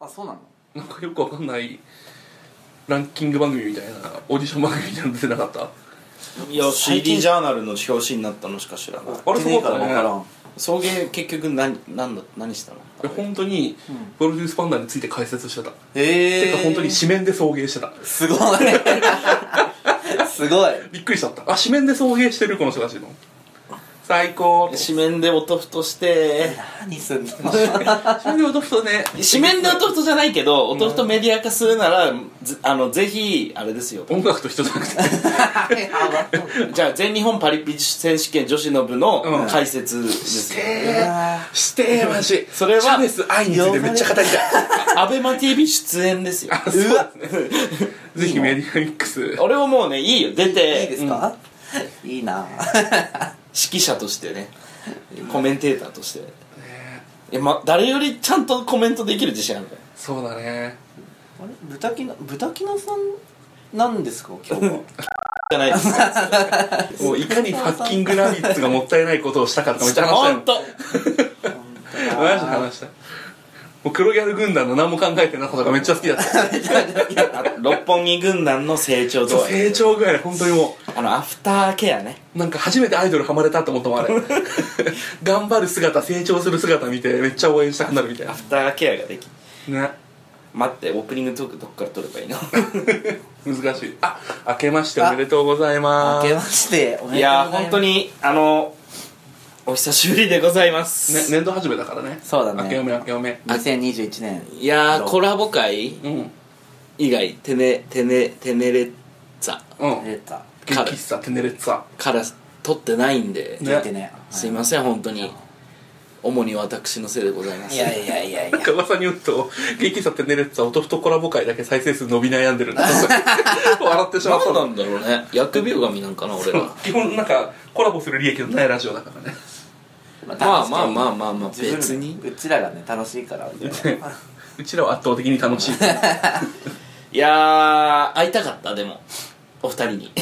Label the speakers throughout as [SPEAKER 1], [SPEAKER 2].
[SPEAKER 1] あそうなの
[SPEAKER 2] なんかよくわかんないランキング番組みたいなオーディション番組みたいなの出てなかった
[SPEAKER 3] いや
[SPEAKER 4] 最近
[SPEAKER 3] CD ジャーナルの表紙になったのしか知らない
[SPEAKER 2] あれすごかったね
[SPEAKER 1] わからん
[SPEAKER 3] 送迎結局何何だ何したの
[SPEAKER 2] いや本当にプロデュースパンダについて解説してた、て
[SPEAKER 3] え
[SPEAKER 2] か本当に紙面で送迎してた
[SPEAKER 3] すごいすごい
[SPEAKER 2] びっくりしちゃったあ紙面で送迎してるこの人たちの最高
[SPEAKER 3] 紙面で音ふとして
[SPEAKER 1] 何す んの
[SPEAKER 2] 紙面で踊るとね
[SPEAKER 3] 紙面で音ふとじゃないけど音ふとメディア化するならぜあのぜひあれですよ
[SPEAKER 2] 音楽と人じゃなくて
[SPEAKER 3] じゃあ全日本パリピ選手権女子の部
[SPEAKER 2] う
[SPEAKER 3] の
[SPEAKER 2] ん
[SPEAKER 3] 解説ですよ、
[SPEAKER 2] してーマジ
[SPEAKER 3] それは
[SPEAKER 2] チャネス愛についてめっちゃ語りたい
[SPEAKER 3] アベマ t v 出演ですよ
[SPEAKER 2] うわぜひメディアミックス
[SPEAKER 3] 俺ももうねいいよ出て
[SPEAKER 1] いいですか、いいな
[SPEAKER 3] 指揮者としてねコメンテーターとしていや、ま、誰よりちゃんとコメントできる自信あるから
[SPEAKER 2] そうだね
[SPEAKER 1] あれ豚キナ豚キナさんなんですか 今日は
[SPEAKER 3] じゃない ですか
[SPEAKER 2] もういかにファッキングラビッツがもったいないことをしたかったみたいな話だよ
[SPEAKER 3] 本当
[SPEAKER 2] マジで話したもう黒ギャル軍団の何も考えてなかったからめっちゃ好きだった
[SPEAKER 3] 六本木軍団の成長度
[SPEAKER 2] そう
[SPEAKER 3] 合い
[SPEAKER 2] 成長具合本当にも
[SPEAKER 3] あのアフターケアね
[SPEAKER 2] うなんか初めてアイドルハマれたと思ったもんあれ 頑張る姿成長する姿見てめっちゃ応援したくなるみたい
[SPEAKER 3] アフターケアができ
[SPEAKER 2] なね
[SPEAKER 3] 待ってオープニングトークどっから撮れば いいの
[SPEAKER 2] 難しいあ明けましておめでとうございま
[SPEAKER 1] 明けますしておめでとうござ
[SPEAKER 3] い
[SPEAKER 1] い
[SPEAKER 3] や
[SPEAKER 1] ま
[SPEAKER 3] ー
[SPEAKER 1] す
[SPEAKER 3] 本当にあのお久しぶりでございます、
[SPEAKER 2] ね年度始めだからね
[SPEAKER 1] そうだね
[SPEAKER 2] 明けおめ明けおめ
[SPEAKER 1] 2021年
[SPEAKER 3] いやーコラボ会
[SPEAKER 2] うん
[SPEAKER 3] 以外テネテネテネレッツァ
[SPEAKER 2] うん
[SPEAKER 1] 出た
[SPEAKER 2] 激喫茶テネレッツァ
[SPEAKER 3] から撮ってないんで、
[SPEAKER 2] ね
[SPEAKER 1] 出てね
[SPEAKER 3] すいません本当に主に私のせいでございます
[SPEAKER 1] いやいやいやいや
[SPEAKER 2] なんか噂によると激喫茶テネレッツァ音ふとコラボ会だけ再生数伸び悩んでるんだ 笑ってしまった
[SPEAKER 3] 何なんだろうね疫病神なんかな俺ら ま
[SPEAKER 2] 基本なんかコラボする利益のないラジオだからね
[SPEAKER 1] ま
[SPEAKER 3] あ まあまあまあまあ
[SPEAKER 1] 自分
[SPEAKER 3] 別に
[SPEAKER 1] うちらがね楽しい からみたいな
[SPEAKER 2] うちらは圧倒的に楽し い
[SPEAKER 3] いやー会いたかったでもお二人 に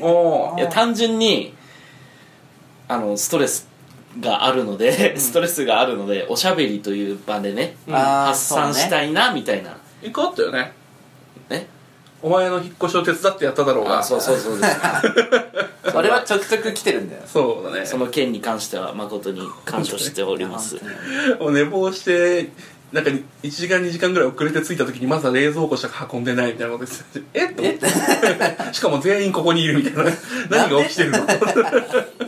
[SPEAKER 2] おー
[SPEAKER 3] いや単純にあのストレスがあるので、ストレスがあるのでおしゃべりという場でね、
[SPEAKER 1] ん
[SPEAKER 3] 発
[SPEAKER 1] あー
[SPEAKER 3] 散
[SPEAKER 1] そうね
[SPEAKER 3] したいなみたいな
[SPEAKER 2] 一個あったよね
[SPEAKER 3] ね
[SPEAKER 2] お前の引っ越しを手伝ってやっただろうが
[SPEAKER 3] あそうそうそうです
[SPEAKER 1] 俺はちょくちょく来てるんだよ
[SPEAKER 2] そうだね
[SPEAKER 3] その件に関しては誠に感謝しております
[SPEAKER 1] 本当に
[SPEAKER 2] もう寝坊してなんか1時間2時間ぐらい遅れて着いた時にまずは冷蔵庫しか運んでないみたいなことですえっと思って しかも全員ここにいるみ たいな何が起きてるの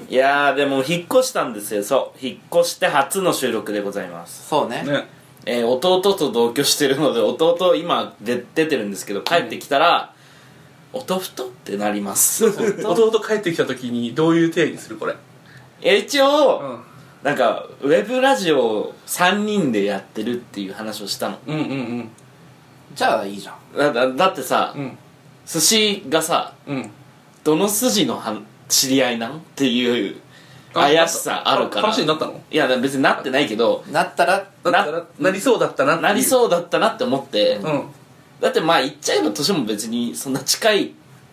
[SPEAKER 3] いやーでも引っ越したんですよそう引っ越して初の収録でございます、
[SPEAKER 1] そうね
[SPEAKER 2] ね
[SPEAKER 3] えー弟と同居してるので弟今で出てるんですけど帰ってきたら「おとふと?」ってなります
[SPEAKER 2] 弟帰ってきた時にどういう定義するこれ
[SPEAKER 3] えー一
[SPEAKER 2] う
[SPEAKER 3] 応、
[SPEAKER 2] ん
[SPEAKER 3] なんかウェブラジオを3人でやってるっていう話をしたの
[SPEAKER 2] うんうん
[SPEAKER 1] じゃあいいじゃん
[SPEAKER 3] だだだってさ、
[SPEAKER 2] うん
[SPEAKER 3] 寿司がさ
[SPEAKER 2] うん
[SPEAKER 3] どの筋のは知り合いなんっていう怪しさあるから
[SPEAKER 2] 話になったの
[SPEAKER 3] いや別になってないけど
[SPEAKER 1] なったら
[SPEAKER 2] だったらなりそうだったなっていう
[SPEAKER 3] なりそうだったなって思って、
[SPEAKER 2] うん
[SPEAKER 3] だってまあ言っちゃえば年も別にそんな近いっ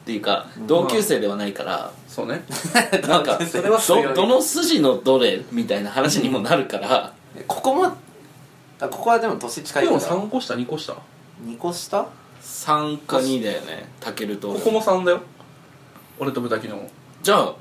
[SPEAKER 3] ていうか同級生ではないから、
[SPEAKER 2] そうね
[SPEAKER 3] なんか
[SPEAKER 1] 同級生
[SPEAKER 3] それは
[SPEAKER 1] 強い
[SPEAKER 3] どどの筋のどれみたいな話にもなるから、
[SPEAKER 1] ここもあここはでも年近い
[SPEAKER 2] で
[SPEAKER 1] か
[SPEAKER 2] も
[SPEAKER 1] ら
[SPEAKER 2] 3個下2個下
[SPEAKER 1] 2個下
[SPEAKER 3] 3か2だよねたけると
[SPEAKER 2] こ
[SPEAKER 3] 俺
[SPEAKER 2] こも3だよ俺と豚キの
[SPEAKER 3] じゃあ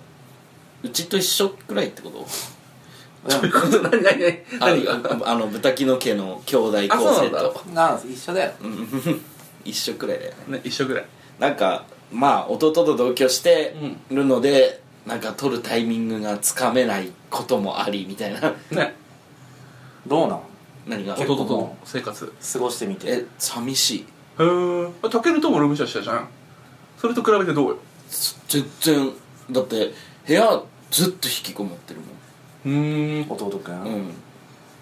[SPEAKER 3] うちと一緒くらいっ てこと
[SPEAKER 1] で
[SPEAKER 2] どういう
[SPEAKER 1] も
[SPEAKER 2] こと 何何何
[SPEAKER 3] あ
[SPEAKER 2] 何が
[SPEAKER 3] あの豚木の家の兄弟
[SPEAKER 2] あそうな
[SPEAKER 3] 構成
[SPEAKER 2] んだ
[SPEAKER 3] と
[SPEAKER 1] なん一緒だよ
[SPEAKER 3] うん 一緒くらいだよね
[SPEAKER 2] ね一緒ぐらい
[SPEAKER 3] なんかまあ弟と同居してるので、なんか撮るタイミングがつかめないこともありみたいな
[SPEAKER 2] ね
[SPEAKER 1] どうなん
[SPEAKER 3] 何が
[SPEAKER 2] 弟との生活
[SPEAKER 1] 過ごしてみて
[SPEAKER 3] え寂しい
[SPEAKER 2] へえタケルともルームシェアしたじゃんそれと比べてどうよ
[SPEAKER 3] 全然だって部屋ずっと引きこもってる
[SPEAKER 2] うーん
[SPEAKER 1] 弟くん、
[SPEAKER 3] もんうん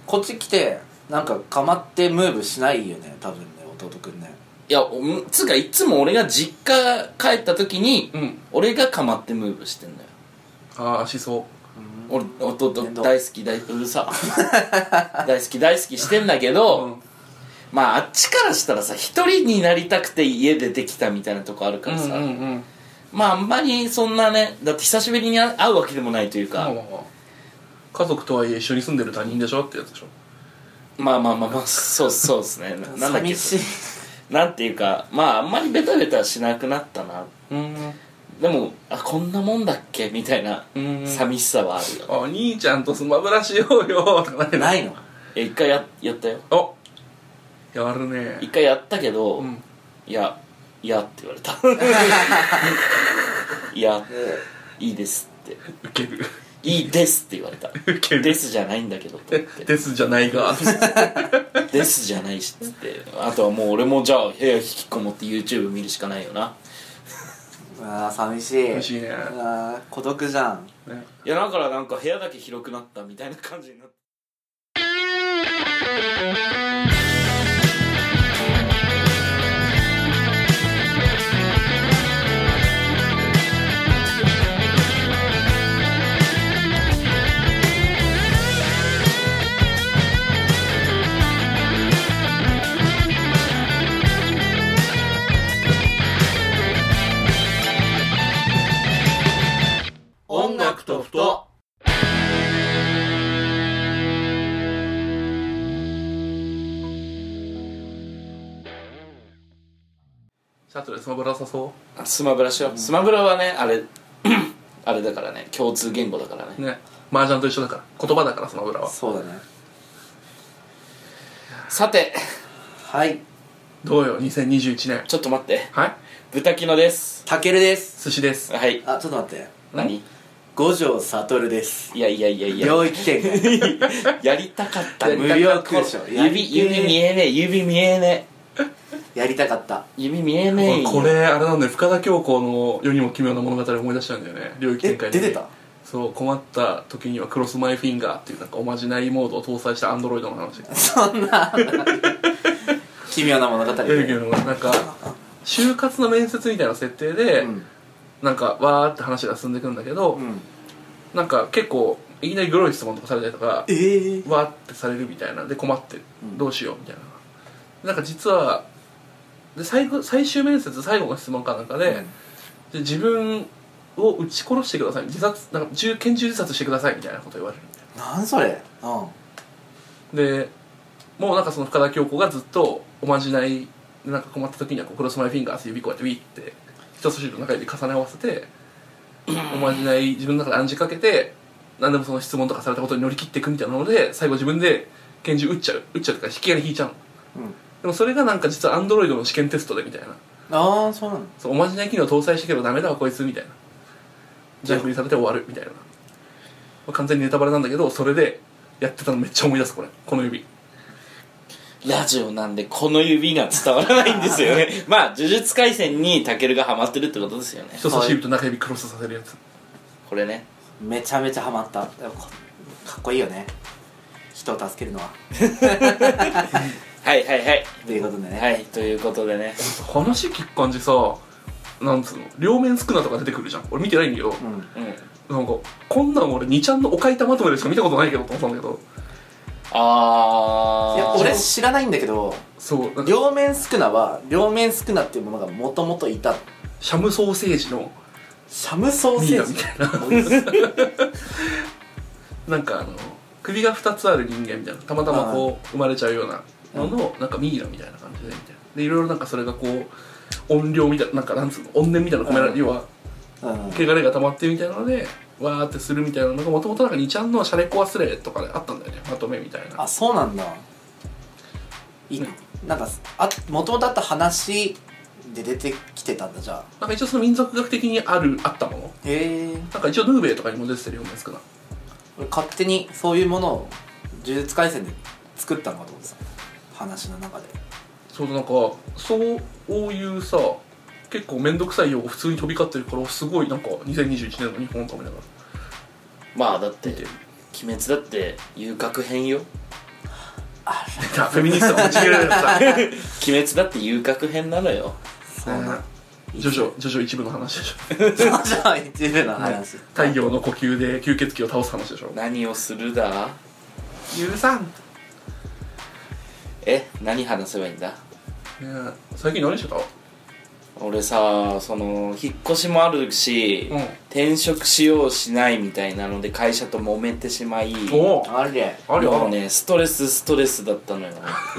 [SPEAKER 1] こっち来てなんかかまってムーブしないよね多分ね弟くんね
[SPEAKER 3] いやうんつうかいつも俺が実家帰った時に、
[SPEAKER 2] うん
[SPEAKER 3] 俺がかまってムーブしてんだよ
[SPEAKER 2] ああしそ
[SPEAKER 3] 俺弟
[SPEAKER 1] 面倒
[SPEAKER 3] 大好き大うるさ 大好き大好きしてんだけど、
[SPEAKER 2] うん
[SPEAKER 3] まああっちからしたらさ一人になりたくて家出てきたみたいなとこある
[SPEAKER 2] う
[SPEAKER 3] か
[SPEAKER 2] うん
[SPEAKER 3] らさ、
[SPEAKER 2] うんうん
[SPEAKER 3] まああんまりそんなねだって久しぶりに会会うわけでもないという
[SPEAKER 2] ま
[SPEAKER 3] か、
[SPEAKER 2] あまあまあ家族とはいえ一緒に住んでる他人でしょってやつでしょ
[SPEAKER 3] まあまあまあまあそうそうですねななんだっけ
[SPEAKER 1] 寂しい
[SPEAKER 3] なんていうかまああんまりベタベタしなくなったな
[SPEAKER 2] うん
[SPEAKER 3] でもあこんなもんだっけみたいな
[SPEAKER 2] うん
[SPEAKER 3] 寂しさはあるよ
[SPEAKER 2] お兄ちゃんとスマブラしようよと かないの
[SPEAKER 1] ないの
[SPEAKER 3] え一回ややったよ
[SPEAKER 2] おやるね
[SPEAKER 3] 一回やったけど、
[SPEAKER 2] うん
[SPEAKER 3] いやいやって言わ れたいやいいですって
[SPEAKER 2] ウケる
[SPEAKER 3] いいですって言われた
[SPEAKER 2] ウケ
[SPEAKER 3] で
[SPEAKER 2] る
[SPEAKER 3] すじゃないんだけどと思って
[SPEAKER 2] ですじゃないが
[SPEAKER 3] ですじゃないしっつってあとはもう俺もじゃあ部屋引きこもって YouTube 見るしかないよな
[SPEAKER 1] ああ寂しい
[SPEAKER 2] 寂しいね
[SPEAKER 1] あー孤独じゃん
[SPEAKER 2] ね
[SPEAKER 3] いやだからなんか部屋だけ広くなったみたいな感じになって
[SPEAKER 1] 音楽とふと
[SPEAKER 2] シャトルスマブラ誘そ
[SPEAKER 3] あスマブラしようスマブラはねあれ あれだからね共通言語だから
[SPEAKER 2] う
[SPEAKER 3] ね
[SPEAKER 2] ね麻雀と一緒だから言葉だからスマブラは
[SPEAKER 1] そうだね
[SPEAKER 3] さて
[SPEAKER 1] はい
[SPEAKER 2] どうよ2021年
[SPEAKER 3] ちょっと待って
[SPEAKER 2] はい
[SPEAKER 3] 豚キノです
[SPEAKER 1] たけるです
[SPEAKER 2] 寿司です
[SPEAKER 3] はい
[SPEAKER 1] あちょっと待って
[SPEAKER 3] 何
[SPEAKER 1] 五条悟です
[SPEAKER 3] いやいやいやいや
[SPEAKER 1] 領域圏外
[SPEAKER 3] やりたかった
[SPEAKER 1] 無料空
[SPEAKER 3] こ
[SPEAKER 1] 所
[SPEAKER 3] の指指見えねえ指見えね
[SPEAKER 1] やりたかった
[SPEAKER 3] え指見えねえよ
[SPEAKER 2] これあれなんだよ深田恭子の世にも奇妙な物語を思い出したんだよね領域
[SPEAKER 1] え
[SPEAKER 2] 展開
[SPEAKER 1] 出
[SPEAKER 2] に
[SPEAKER 1] てた
[SPEAKER 2] そう困った時にはクロスマイフィンガーっていうなんかおまじないモードを搭載したアンドロイドの話
[SPEAKER 1] そんな奇妙な物語
[SPEAKER 2] エルギ
[SPEAKER 1] で、
[SPEAKER 2] ュのなんか就活の面接みたいな設定で、
[SPEAKER 1] うん
[SPEAKER 2] なんかわーって話が進んでいくんだけど、
[SPEAKER 1] うん、
[SPEAKER 2] なんか結構いきなりグロい質問とかされたりとか
[SPEAKER 1] ええ
[SPEAKER 2] わーってされるみたいなで困って
[SPEAKER 1] ん
[SPEAKER 2] どうしようみたいな、なんか実はで最後最終面接最後の質問かなんかで,、で自分を撃ち殺してください自殺なんか銃拳銃自殺してくださいみたいなこと言われる
[SPEAKER 1] なんそれうん
[SPEAKER 2] でもうなんかその深田恭子がずっとおまじないでなんか困った時にはこうクロスマイフィンガーズ指こうやってウィって人差し指と中指重ね合わせておまじない自分の中で暗示かけて何でもその質問とかされたことに乗り切っていくみたいなので最後自分で拳銃撃っちゃう撃っちゃうとか引き金引いちゃうの
[SPEAKER 1] うん
[SPEAKER 2] でもそれがなんか実はアンドロイドの試験テストでみたいな
[SPEAKER 1] ああそうなの
[SPEAKER 2] そうおまじない機能搭載してけどダメだわこいつみたいなジャンクにされて終わるみたいな、まあ完全にネタバレなんだけどそれでやってたのめっちゃ思い出すこれこの指
[SPEAKER 3] ラジオなんでこの指が伝わらないんですよねまあ呪術廻戦にタケルがハマってるってことですよね
[SPEAKER 2] 人差し指と中指クロスさせるやつ
[SPEAKER 3] これね
[SPEAKER 1] めちゃめちゃハマったでもこかっこいいよね人を助けるのは
[SPEAKER 3] はいはいはい
[SPEAKER 1] ということでね、
[SPEAKER 3] はいということでね
[SPEAKER 2] 話聞く感じさなんつうの両面少なとか出てくるじゃん俺見てないんだけど、
[SPEAKER 1] うん
[SPEAKER 3] うん
[SPEAKER 2] なんかこんなん俺2ちゃんのおかいたまとめでしか見たことないけどと思ったんだけど
[SPEAKER 3] ああ
[SPEAKER 1] いや俺知らないんだけど
[SPEAKER 2] そうなんか
[SPEAKER 1] 両面宿儺は両面宿儺っていうものがもともといた
[SPEAKER 2] シャムソーセージの
[SPEAKER 1] シャムソー
[SPEAKER 2] ミイ
[SPEAKER 1] セ
[SPEAKER 2] ラ
[SPEAKER 1] ージ
[SPEAKER 2] みたいななんかあの首が2つある人間みたいなたまたまこう生まれちゃうようなののなんかミイラみたいな感じでみたいなでいろいろなんかそれがこう怨霊みたいななんかなんつうの怨念みたいなの込められ
[SPEAKER 1] うん
[SPEAKER 2] 要は
[SPEAKER 1] うん
[SPEAKER 2] 汚れが溜まってみたいなのでわーってするみたいなのがもともとなんか2ちゃんのシャレコ忘れとかであったんだよねまとめみたいな
[SPEAKER 1] あそうなんだいなんかあもともとあった話で出てきてたんだじゃあ
[SPEAKER 2] なんか一応その民族学的にあるあったもの
[SPEAKER 1] へえ
[SPEAKER 2] なんか一応ヌーベイとかにも出てるような少な
[SPEAKER 1] 俺勝手にそういうものを呪術廻戦で作ったのかと思ってた話の中で
[SPEAKER 2] そうなんかそういうさ結構面倒くさい用語普通に飛び交ってるからすごいなんか2021年の日本のためだか
[SPEAKER 3] まあだって
[SPEAKER 2] 見てる
[SPEAKER 3] 鬼滅だって遊郭編よ
[SPEAKER 2] らフェミニストが間違えられたさ
[SPEAKER 3] 鬼滅だって遊郭編なのよ
[SPEAKER 1] そうなん
[SPEAKER 2] ジョジョジョジョ一部の話でしょ
[SPEAKER 1] じゃあ一部の話、
[SPEAKER 2] 太陽の呼吸で吸血鬼を倒す話でしょ
[SPEAKER 3] 何をするだ
[SPEAKER 2] 許さんね
[SPEAKER 3] え何話せばいいんだ
[SPEAKER 2] え最近何してた
[SPEAKER 3] 俺さその引っ越しもあるし、
[SPEAKER 2] うん
[SPEAKER 3] 転職しようしないみたいなので会社と揉めてしまい
[SPEAKER 2] おお
[SPEAKER 1] あれ
[SPEAKER 2] ある
[SPEAKER 3] も
[SPEAKER 2] よ、
[SPEAKER 3] うねストレスストレスだったのよ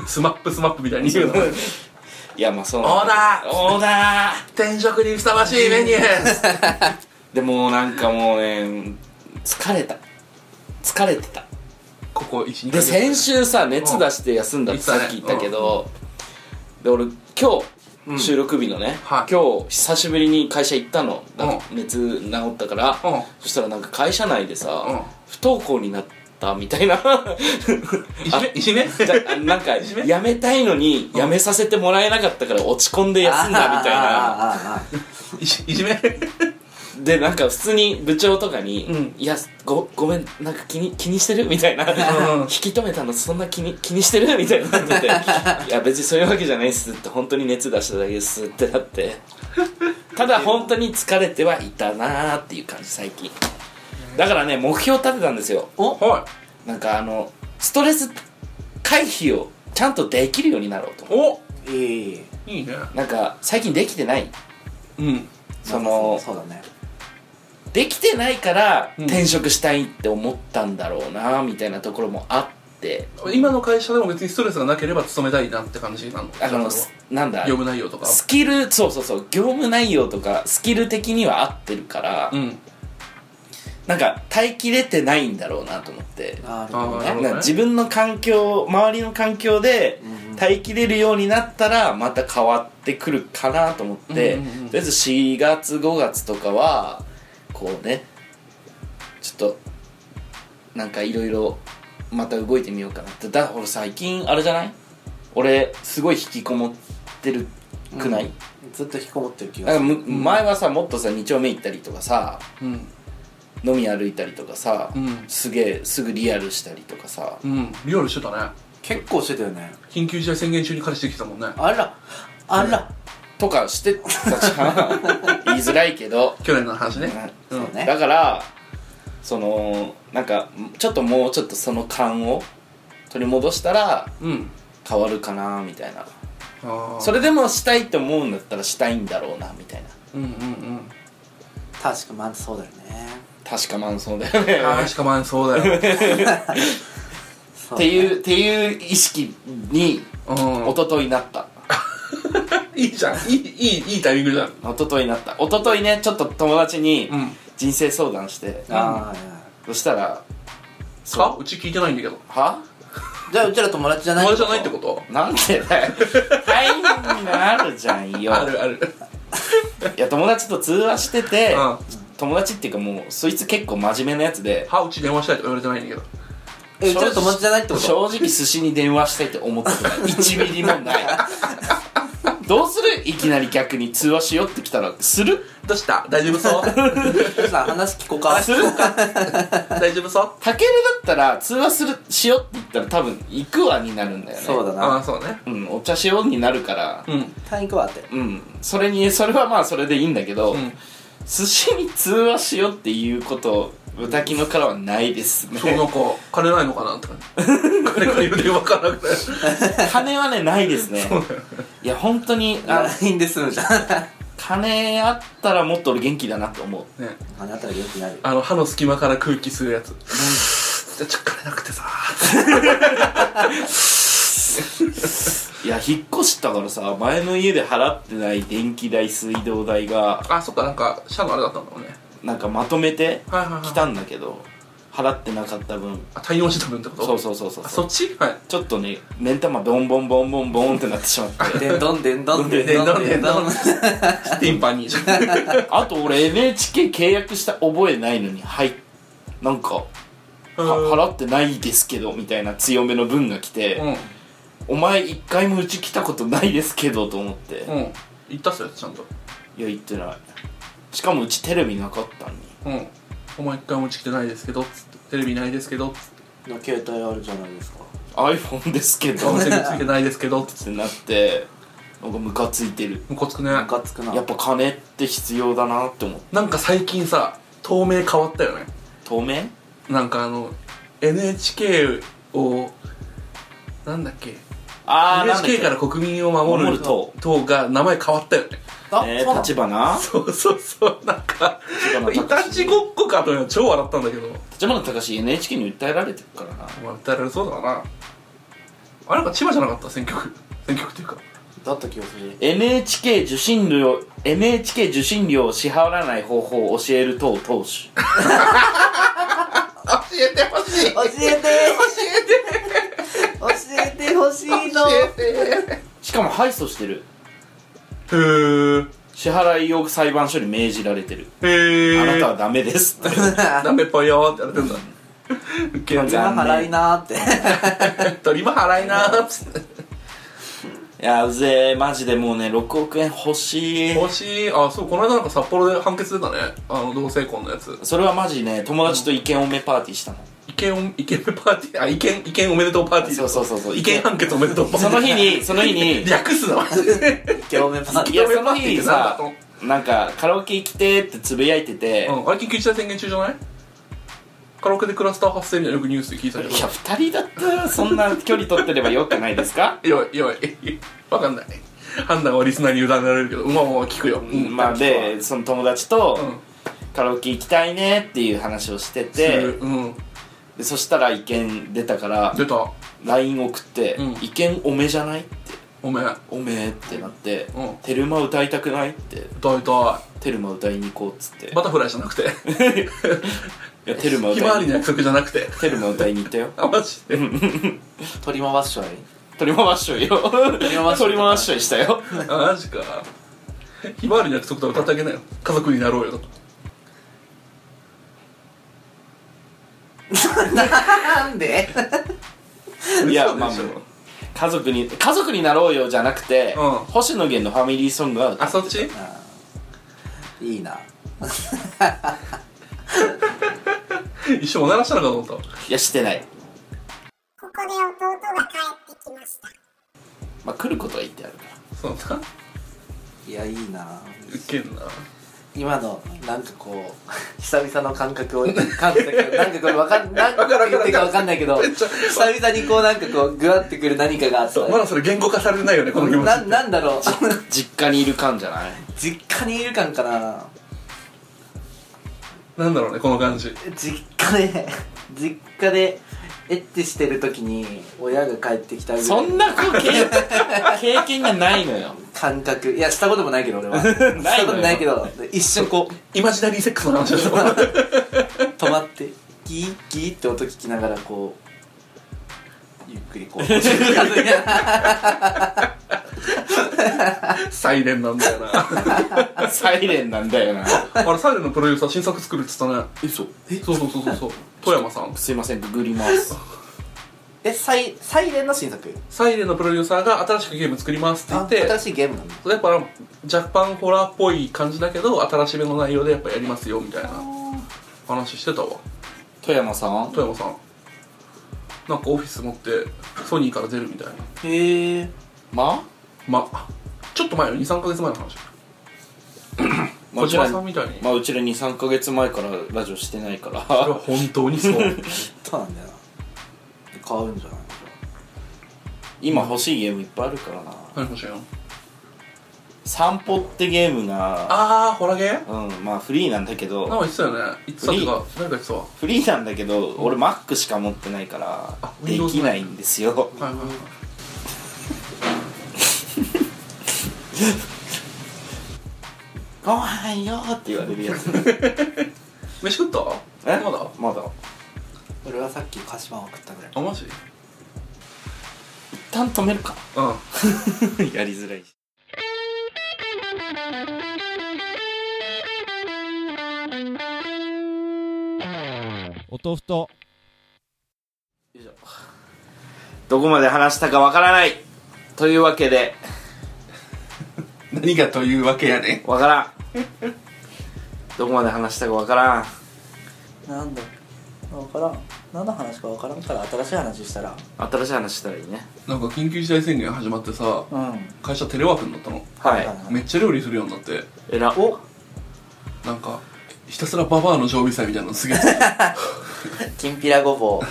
[SPEAKER 2] スマップスマップみたいに言うの
[SPEAKER 3] いやまあその
[SPEAKER 2] オーダー
[SPEAKER 3] オーダー
[SPEAKER 2] 転職にふさわしいメニュ ー
[SPEAKER 3] でもうなんかもうね疲れた疲れてた
[SPEAKER 2] ここ12
[SPEAKER 3] で先週さ熱出して休んだってさっき言ったけど、で俺今日、
[SPEAKER 2] うん
[SPEAKER 3] 収録日のね、
[SPEAKER 2] はい
[SPEAKER 3] 今日久しぶりに会社行ったの、なんか
[SPEAKER 2] う
[SPEAKER 3] 熱治ったから、
[SPEAKER 2] うん
[SPEAKER 3] そしたらなんか会社内でさ、
[SPEAKER 2] うん
[SPEAKER 3] 不登校になったみたいなあ
[SPEAKER 2] いじめいじめ
[SPEAKER 3] じゃあなんか辞めたいのに辞めさせてもらえなかったから落ち込んで休んだみたいな
[SPEAKER 1] ない
[SPEAKER 2] じいじめ
[SPEAKER 3] でなんか普通に部長とかに「
[SPEAKER 2] うん
[SPEAKER 3] いやごごめんなんか気に気にしてる?」みたいな
[SPEAKER 2] うん
[SPEAKER 3] 引き止めたのそんな気に気にしてる?」みたいになって て「いや別にそういうわけじゃないっす」って本当に熱出しただけですってなってただ本当に疲れてはいたなーっていう感じ最近だからね目標立てたんですよ
[SPEAKER 2] は
[SPEAKER 3] なんかあのストレス回避をちゃんとできるようになろうと
[SPEAKER 2] いお
[SPEAKER 1] いい
[SPEAKER 2] いいね
[SPEAKER 3] なんか最近できてない
[SPEAKER 2] うん
[SPEAKER 3] その
[SPEAKER 1] そうだね
[SPEAKER 3] できてないから
[SPEAKER 2] うん
[SPEAKER 3] 転職したいって思ったんだろうなみたいなところもあって
[SPEAKER 2] 今の会社でも別にストレスがなければ勤めたいなって感じなの
[SPEAKER 3] あの
[SPEAKER 2] それは
[SPEAKER 3] なんだ
[SPEAKER 2] 業務内容とか
[SPEAKER 3] スキルそうそうそう業務内容とかスキル的には合ってるから、
[SPEAKER 2] うん
[SPEAKER 3] なんか耐えきれてないんだろうなと思って
[SPEAKER 1] なるほど
[SPEAKER 2] あーなる
[SPEAKER 1] ね
[SPEAKER 2] ほど
[SPEAKER 3] なんか自分の環境周りの環境で
[SPEAKER 1] うんうん
[SPEAKER 3] 耐えきれるようになったらまた変わってくるかなと思って、
[SPEAKER 2] うんうんうん
[SPEAKER 3] とりあえず4月5月とかはこうねちょっとなんかいろいろまた動いてみようかなってだから俺最近あれじゃない俺すごい引きこもってるくない、
[SPEAKER 1] ずっと引きこもってる気が
[SPEAKER 3] なん
[SPEAKER 1] する
[SPEAKER 3] かむ前はさもっとさ2丁目行ったりとかさ
[SPEAKER 2] うん
[SPEAKER 3] 飲み歩いたりとかさ、
[SPEAKER 2] うん
[SPEAKER 3] すげえすぐリアルしたりとかさ
[SPEAKER 2] うんリアルしてたね
[SPEAKER 1] 結構してたよね
[SPEAKER 2] 緊急事態宣言中に彼氏できたもんね
[SPEAKER 1] あらあら
[SPEAKER 3] とかしてたじゃん 言いづらいけど、
[SPEAKER 2] 去年の話ね
[SPEAKER 1] そうね
[SPEAKER 3] だからそのなんかちょっともうちょっとその勘を取り戻したら
[SPEAKER 2] うん
[SPEAKER 3] 変わるかなみたいな
[SPEAKER 2] ああ
[SPEAKER 3] それでもしたいって思うんだったらしたいんだろうなみたいな
[SPEAKER 2] うんうんうん
[SPEAKER 1] 確かまずそうだよね
[SPEAKER 3] 確かマンソンだよね
[SPEAKER 2] ああしかまんそう だ
[SPEAKER 1] そ
[SPEAKER 2] よ
[SPEAKER 3] っ
[SPEAKER 1] だ
[SPEAKER 3] て
[SPEAKER 1] ね
[SPEAKER 3] いうっていう意識に
[SPEAKER 2] うん
[SPEAKER 3] 一昨日なった
[SPEAKER 2] いいじゃんいいいいいいタイミングじゃん
[SPEAKER 3] 一昨日なった一昨日ねちょっと友達に
[SPEAKER 2] うん
[SPEAKER 3] 人生相談して、
[SPEAKER 1] ああ
[SPEAKER 3] そしたら
[SPEAKER 2] かうち聞いてないんだけど
[SPEAKER 3] は
[SPEAKER 1] じゃあうちら友達じゃない
[SPEAKER 2] 友達じゃないってこと
[SPEAKER 3] なんでだよタイミングあるじゃんよ
[SPEAKER 2] あるある
[SPEAKER 3] いや友達と通話してて、
[SPEAKER 2] うん
[SPEAKER 3] 友達っていうかもうそいつ結構真面目なやつで
[SPEAKER 2] 歯うち電話したいとか言われてないんだけど
[SPEAKER 1] えうちら友達じゃないってこ
[SPEAKER 3] 正
[SPEAKER 1] と
[SPEAKER 3] 直寿司に電話したいって思ったことない1ミリも ないどうするいきなり逆に通話しようってきたらする
[SPEAKER 2] どうした大丈夫 そう
[SPEAKER 1] さん話聞こうか
[SPEAKER 3] するか
[SPEAKER 2] 大丈夫そう
[SPEAKER 3] タケルだったら通話するしようって言ったら多分行くわになるんだよね
[SPEAKER 1] そうだ
[SPEAKER 2] ああ
[SPEAKER 1] な
[SPEAKER 2] そうね
[SPEAKER 3] うん、お茶しようになるから、
[SPEAKER 2] うん
[SPEAKER 1] 単位行くわって
[SPEAKER 3] うん、それに、それはまあそれでいいんだけど、
[SPEAKER 2] うん
[SPEAKER 3] 寿司に通話しようっていうこと、豚キノからはないですね。
[SPEAKER 2] そうなんか金ないのかなって 感じ金借りる電話かなくて
[SPEAKER 3] 金はね、ないですね。いや、本当に、あの
[SPEAKER 1] LINE で済むじゃん
[SPEAKER 3] 金あったらもっと俺元気だなって思う。
[SPEAKER 2] ね
[SPEAKER 1] あなたら元気になる
[SPEAKER 2] あの歯の隙間から空気吸うやつじゃちょっと金なくてさ
[SPEAKER 3] いや、引っ越したからさ、前の家で払ってない電気代、水道代が、
[SPEAKER 2] あそっかなんか社のあれだったんだもんね
[SPEAKER 3] なんかまとめて
[SPEAKER 2] はいはいはい
[SPEAKER 3] 来たんだけど、払ってなかった分、
[SPEAKER 2] あ対応してた分ってこと
[SPEAKER 3] そうそうそうそう
[SPEAKER 2] あそっちはい
[SPEAKER 3] ちょっとね、目ん玉ボンボンボンボンボンってなってしまって。
[SPEAKER 1] でんどんでんどんでん
[SPEAKER 2] で
[SPEAKER 1] ど
[SPEAKER 2] んど
[SPEAKER 1] ん
[SPEAKER 2] ん
[SPEAKER 1] で
[SPEAKER 2] で
[SPEAKER 1] ん
[SPEAKER 2] ん
[SPEAKER 1] ど
[SPEAKER 2] ど
[SPEAKER 1] ん
[SPEAKER 2] んティンパニーじゃん
[SPEAKER 3] あと俺 NHK 契約した覚えないのにはいなんかは払ってないですけどみたいな強めの文が来て、
[SPEAKER 2] うん
[SPEAKER 3] お前一回もうち来たことないですけどと思って、い
[SPEAKER 2] うん行ったっすよちゃんと
[SPEAKER 3] や言ってないしかもうちテレビなかったのに
[SPEAKER 2] うんお前一回もうち来てないですけどつってテレビないですけどつって
[SPEAKER 1] の携帯あるじゃないですか
[SPEAKER 3] iPhone ですけど
[SPEAKER 2] 温
[SPEAKER 3] っ
[SPEAKER 2] 泉についてないですけどつって
[SPEAKER 3] てなってなんかムカついてる
[SPEAKER 2] ムカつくね
[SPEAKER 1] ムカつくな
[SPEAKER 3] やっぱ金って必要だなって思って
[SPEAKER 2] なんか最近さ透明変わったよね
[SPEAKER 3] 透明
[SPEAKER 2] なんかあの NHK をなんだっけ
[SPEAKER 3] あーなんだっけ
[SPEAKER 2] NHK から国民を守る
[SPEAKER 3] 守る党
[SPEAKER 2] 党が名前変わったよね
[SPEAKER 1] あ
[SPEAKER 3] え
[SPEAKER 1] そうな
[SPEAKER 3] ー、
[SPEAKER 1] の
[SPEAKER 3] 立花
[SPEAKER 2] そうそうそうなんか
[SPEAKER 3] 花
[SPEAKER 2] いたちごっこかというのは超笑ったんだけど
[SPEAKER 3] 立花隆 NHK に訴えられてるからな
[SPEAKER 2] まあ訴えられそうだなあれなんか千葉じゃなかった選挙区選挙区っていうか
[SPEAKER 1] だった気がする
[SPEAKER 3] NHK 受信料 NHK 受信料を支払わない方法を教える党党首
[SPEAKER 2] 教えてほしい
[SPEAKER 1] 教えて教えて教えてほしいの
[SPEAKER 3] しかも敗訴してる
[SPEAKER 2] へー
[SPEAKER 3] 支払いを裁判所に命じられてる、
[SPEAKER 2] へー
[SPEAKER 3] あなたはダメですって
[SPEAKER 2] ダメっぽいよーって言われてんだウケる
[SPEAKER 1] 自分払いなー って
[SPEAKER 2] 取りも払いなーっつって
[SPEAKER 3] いやうぜえマジでもうね6億円欲しい
[SPEAKER 2] 欲しいあそうこの間なんか札幌で判決出たねあの同性婚のやつ
[SPEAKER 3] それはマジね友達と意見おめパーティーしたの
[SPEAKER 2] 意見お意見パーティーあ意見意見おめでとうパーティー
[SPEAKER 3] そうそうそうそう
[SPEAKER 2] 意見判決おめでとうパーティ
[SPEAKER 3] そ
[SPEAKER 2] ー
[SPEAKER 3] の日にその日に
[SPEAKER 2] 略すなマジで
[SPEAKER 1] 表面パーティ
[SPEAKER 3] い
[SPEAKER 1] ー
[SPEAKER 3] やその日にさ
[SPEAKER 2] うん
[SPEAKER 3] なんかカラオケ行きてーってつぶやいてて、
[SPEAKER 2] あれ緊急事態宣言中じゃないカラオケでクラスター発生みたいなよくニュースで聞いたけ
[SPEAKER 3] い
[SPEAKER 2] ど
[SPEAKER 3] や2人だったらそんな距離取ってればよくないですか
[SPEAKER 2] 弱い弱いわかんない判断はリスナーに委ねられるけどまあまあ聞くよ、うん
[SPEAKER 3] まあでその友達と
[SPEAKER 2] うん
[SPEAKER 3] カラオケ行きたいねっていう話をして
[SPEAKER 2] す
[SPEAKER 3] て、
[SPEAKER 2] るうん
[SPEAKER 3] でそしたら意見出たから
[SPEAKER 2] 出た
[SPEAKER 3] LINE 送って、
[SPEAKER 2] うん
[SPEAKER 3] 意見おめじゃないって
[SPEAKER 2] ごめん
[SPEAKER 3] おめーってなって、
[SPEAKER 2] うん
[SPEAKER 3] テルマ歌いたくないって
[SPEAKER 2] 歌いた
[SPEAKER 3] テルマ歌 いに行こうっつって
[SPEAKER 2] いバタフライじゃなくて
[SPEAKER 3] いやテルマ
[SPEAKER 2] ひまわ
[SPEAKER 3] 歌い
[SPEAKER 2] り
[SPEAKER 3] に
[SPEAKER 2] の約束じゃなくて
[SPEAKER 3] テルマ歌いに 行ったよ
[SPEAKER 2] あマジで
[SPEAKER 1] 取り回しちゃい
[SPEAKER 3] 取り回しをよ取
[SPEAKER 1] り回しを
[SPEAKER 3] り回しをしたよ
[SPEAKER 2] あマジかひまわりの約束とか歌ってあげなよ家族になろうよとか
[SPEAKER 1] なんで
[SPEAKER 3] いや
[SPEAKER 2] 嘘でしょ
[SPEAKER 3] まあもう家族に家族になろうよじゃなくて、
[SPEAKER 2] うん
[SPEAKER 3] 星野源のファミリーソングは
[SPEAKER 2] あそっち
[SPEAKER 1] いいない
[SPEAKER 2] 一緒おならしたのかと思っ
[SPEAKER 3] いやしてない
[SPEAKER 4] ここで弟が帰ってきました。
[SPEAKER 3] まあ来ることは言ってあるから
[SPEAKER 2] たそうだ
[SPEAKER 1] やいいな
[SPEAKER 2] ウケんな
[SPEAKER 1] 今のなんかこう久々の感覚を感じたけどなんかこれ わかんなんか言ってるかわかんないけど久々にこうなんかこうグワってくる何かがあった
[SPEAKER 2] そうまだそれ言語化されてないよねこの気持ち
[SPEAKER 1] ななんだろう
[SPEAKER 3] 実家にいる感じゃない
[SPEAKER 1] 実家にいる感かな
[SPEAKER 2] なんだろうねこの感じ
[SPEAKER 1] 実家で実家でエッチしてる時に親が帰ってきたぐら
[SPEAKER 3] そ
[SPEAKER 1] い
[SPEAKER 3] んなこ経経験がないのよ
[SPEAKER 1] 感覚いやしたこともないけど俺はしたことないけど一瞬こう
[SPEAKER 2] イマジナリーセックスの話だった
[SPEAKER 1] 止まってギーギーって音聞きながらこうゆっくり こう家族に
[SPEAKER 2] サイレンなんだよ な
[SPEAKER 3] サイレンなんだよな
[SPEAKER 2] あれサイレンのプロデューサー新作作るっつったね
[SPEAKER 3] 嘘え
[SPEAKER 2] そうそうそうそうそう富山さん
[SPEAKER 3] すいませんググります
[SPEAKER 1] えサイサイレンの新作
[SPEAKER 2] サイレンのプロデューサーが新しくゲーム作りますって言
[SPEAKER 1] あ
[SPEAKER 2] って
[SPEAKER 1] 新しいゲームなんだ
[SPEAKER 2] やっぱ若干ホラーっぽい感じだけど新しめの内容でやっぱやりますよみたいな話してたわ
[SPEAKER 3] 富山さん
[SPEAKER 2] 富山さんなんかオフィス持ってソニーから出るみたいな
[SPEAKER 1] へえ
[SPEAKER 3] ま
[SPEAKER 2] まあちょっと前よ23ヶ月前の話小
[SPEAKER 3] まあうちら
[SPEAKER 2] 島さんみたいに
[SPEAKER 3] まあうちら23ヶ月前からラジオしてないから
[SPEAKER 2] あれは 本当 にそう
[SPEAKER 1] そうなんだよな買うんじゃない
[SPEAKER 3] 今欲しいゲームいっぱいあるからな
[SPEAKER 2] 何もしよう
[SPEAKER 3] 散歩ってゲームが
[SPEAKER 2] ああホラゲーなんか
[SPEAKER 3] うんまあフリーなんだけど
[SPEAKER 2] 言ってたよね言ってたっていうか誰か言ってたわ
[SPEAKER 3] フリーなんだけど俺 Mac しか持ってないから
[SPEAKER 2] あ
[SPEAKER 3] で
[SPEAKER 2] Windows
[SPEAKER 3] きないんですよ
[SPEAKER 2] はいはいはい
[SPEAKER 3] ご飯よーって言われるやつ
[SPEAKER 2] 飯食った
[SPEAKER 3] え
[SPEAKER 2] まだ
[SPEAKER 3] まだ
[SPEAKER 1] 俺はさっき菓子パンを食ったぐらい
[SPEAKER 2] あマジ
[SPEAKER 3] 一旦止めるか
[SPEAKER 2] うん
[SPEAKER 3] やりづらいし
[SPEAKER 5] お豆腐と
[SPEAKER 3] どこまで話したかわからないというわけで
[SPEAKER 2] 何がというわけやね
[SPEAKER 3] わからんどこまで話したかわからん
[SPEAKER 1] なんだ分からん何の話か分からんから新しい話したら
[SPEAKER 3] 新しい話したらいいね
[SPEAKER 2] なんか緊急事態宣言始まってさ
[SPEAKER 1] うん
[SPEAKER 2] 会社テレワークになったの
[SPEAKER 3] はい
[SPEAKER 1] は
[SPEAKER 2] めっちゃ料理するようになって
[SPEAKER 3] えらお
[SPEAKER 2] なんかひたすらババアの常備菜みたいなのすげえ
[SPEAKER 1] きんぴらごぼ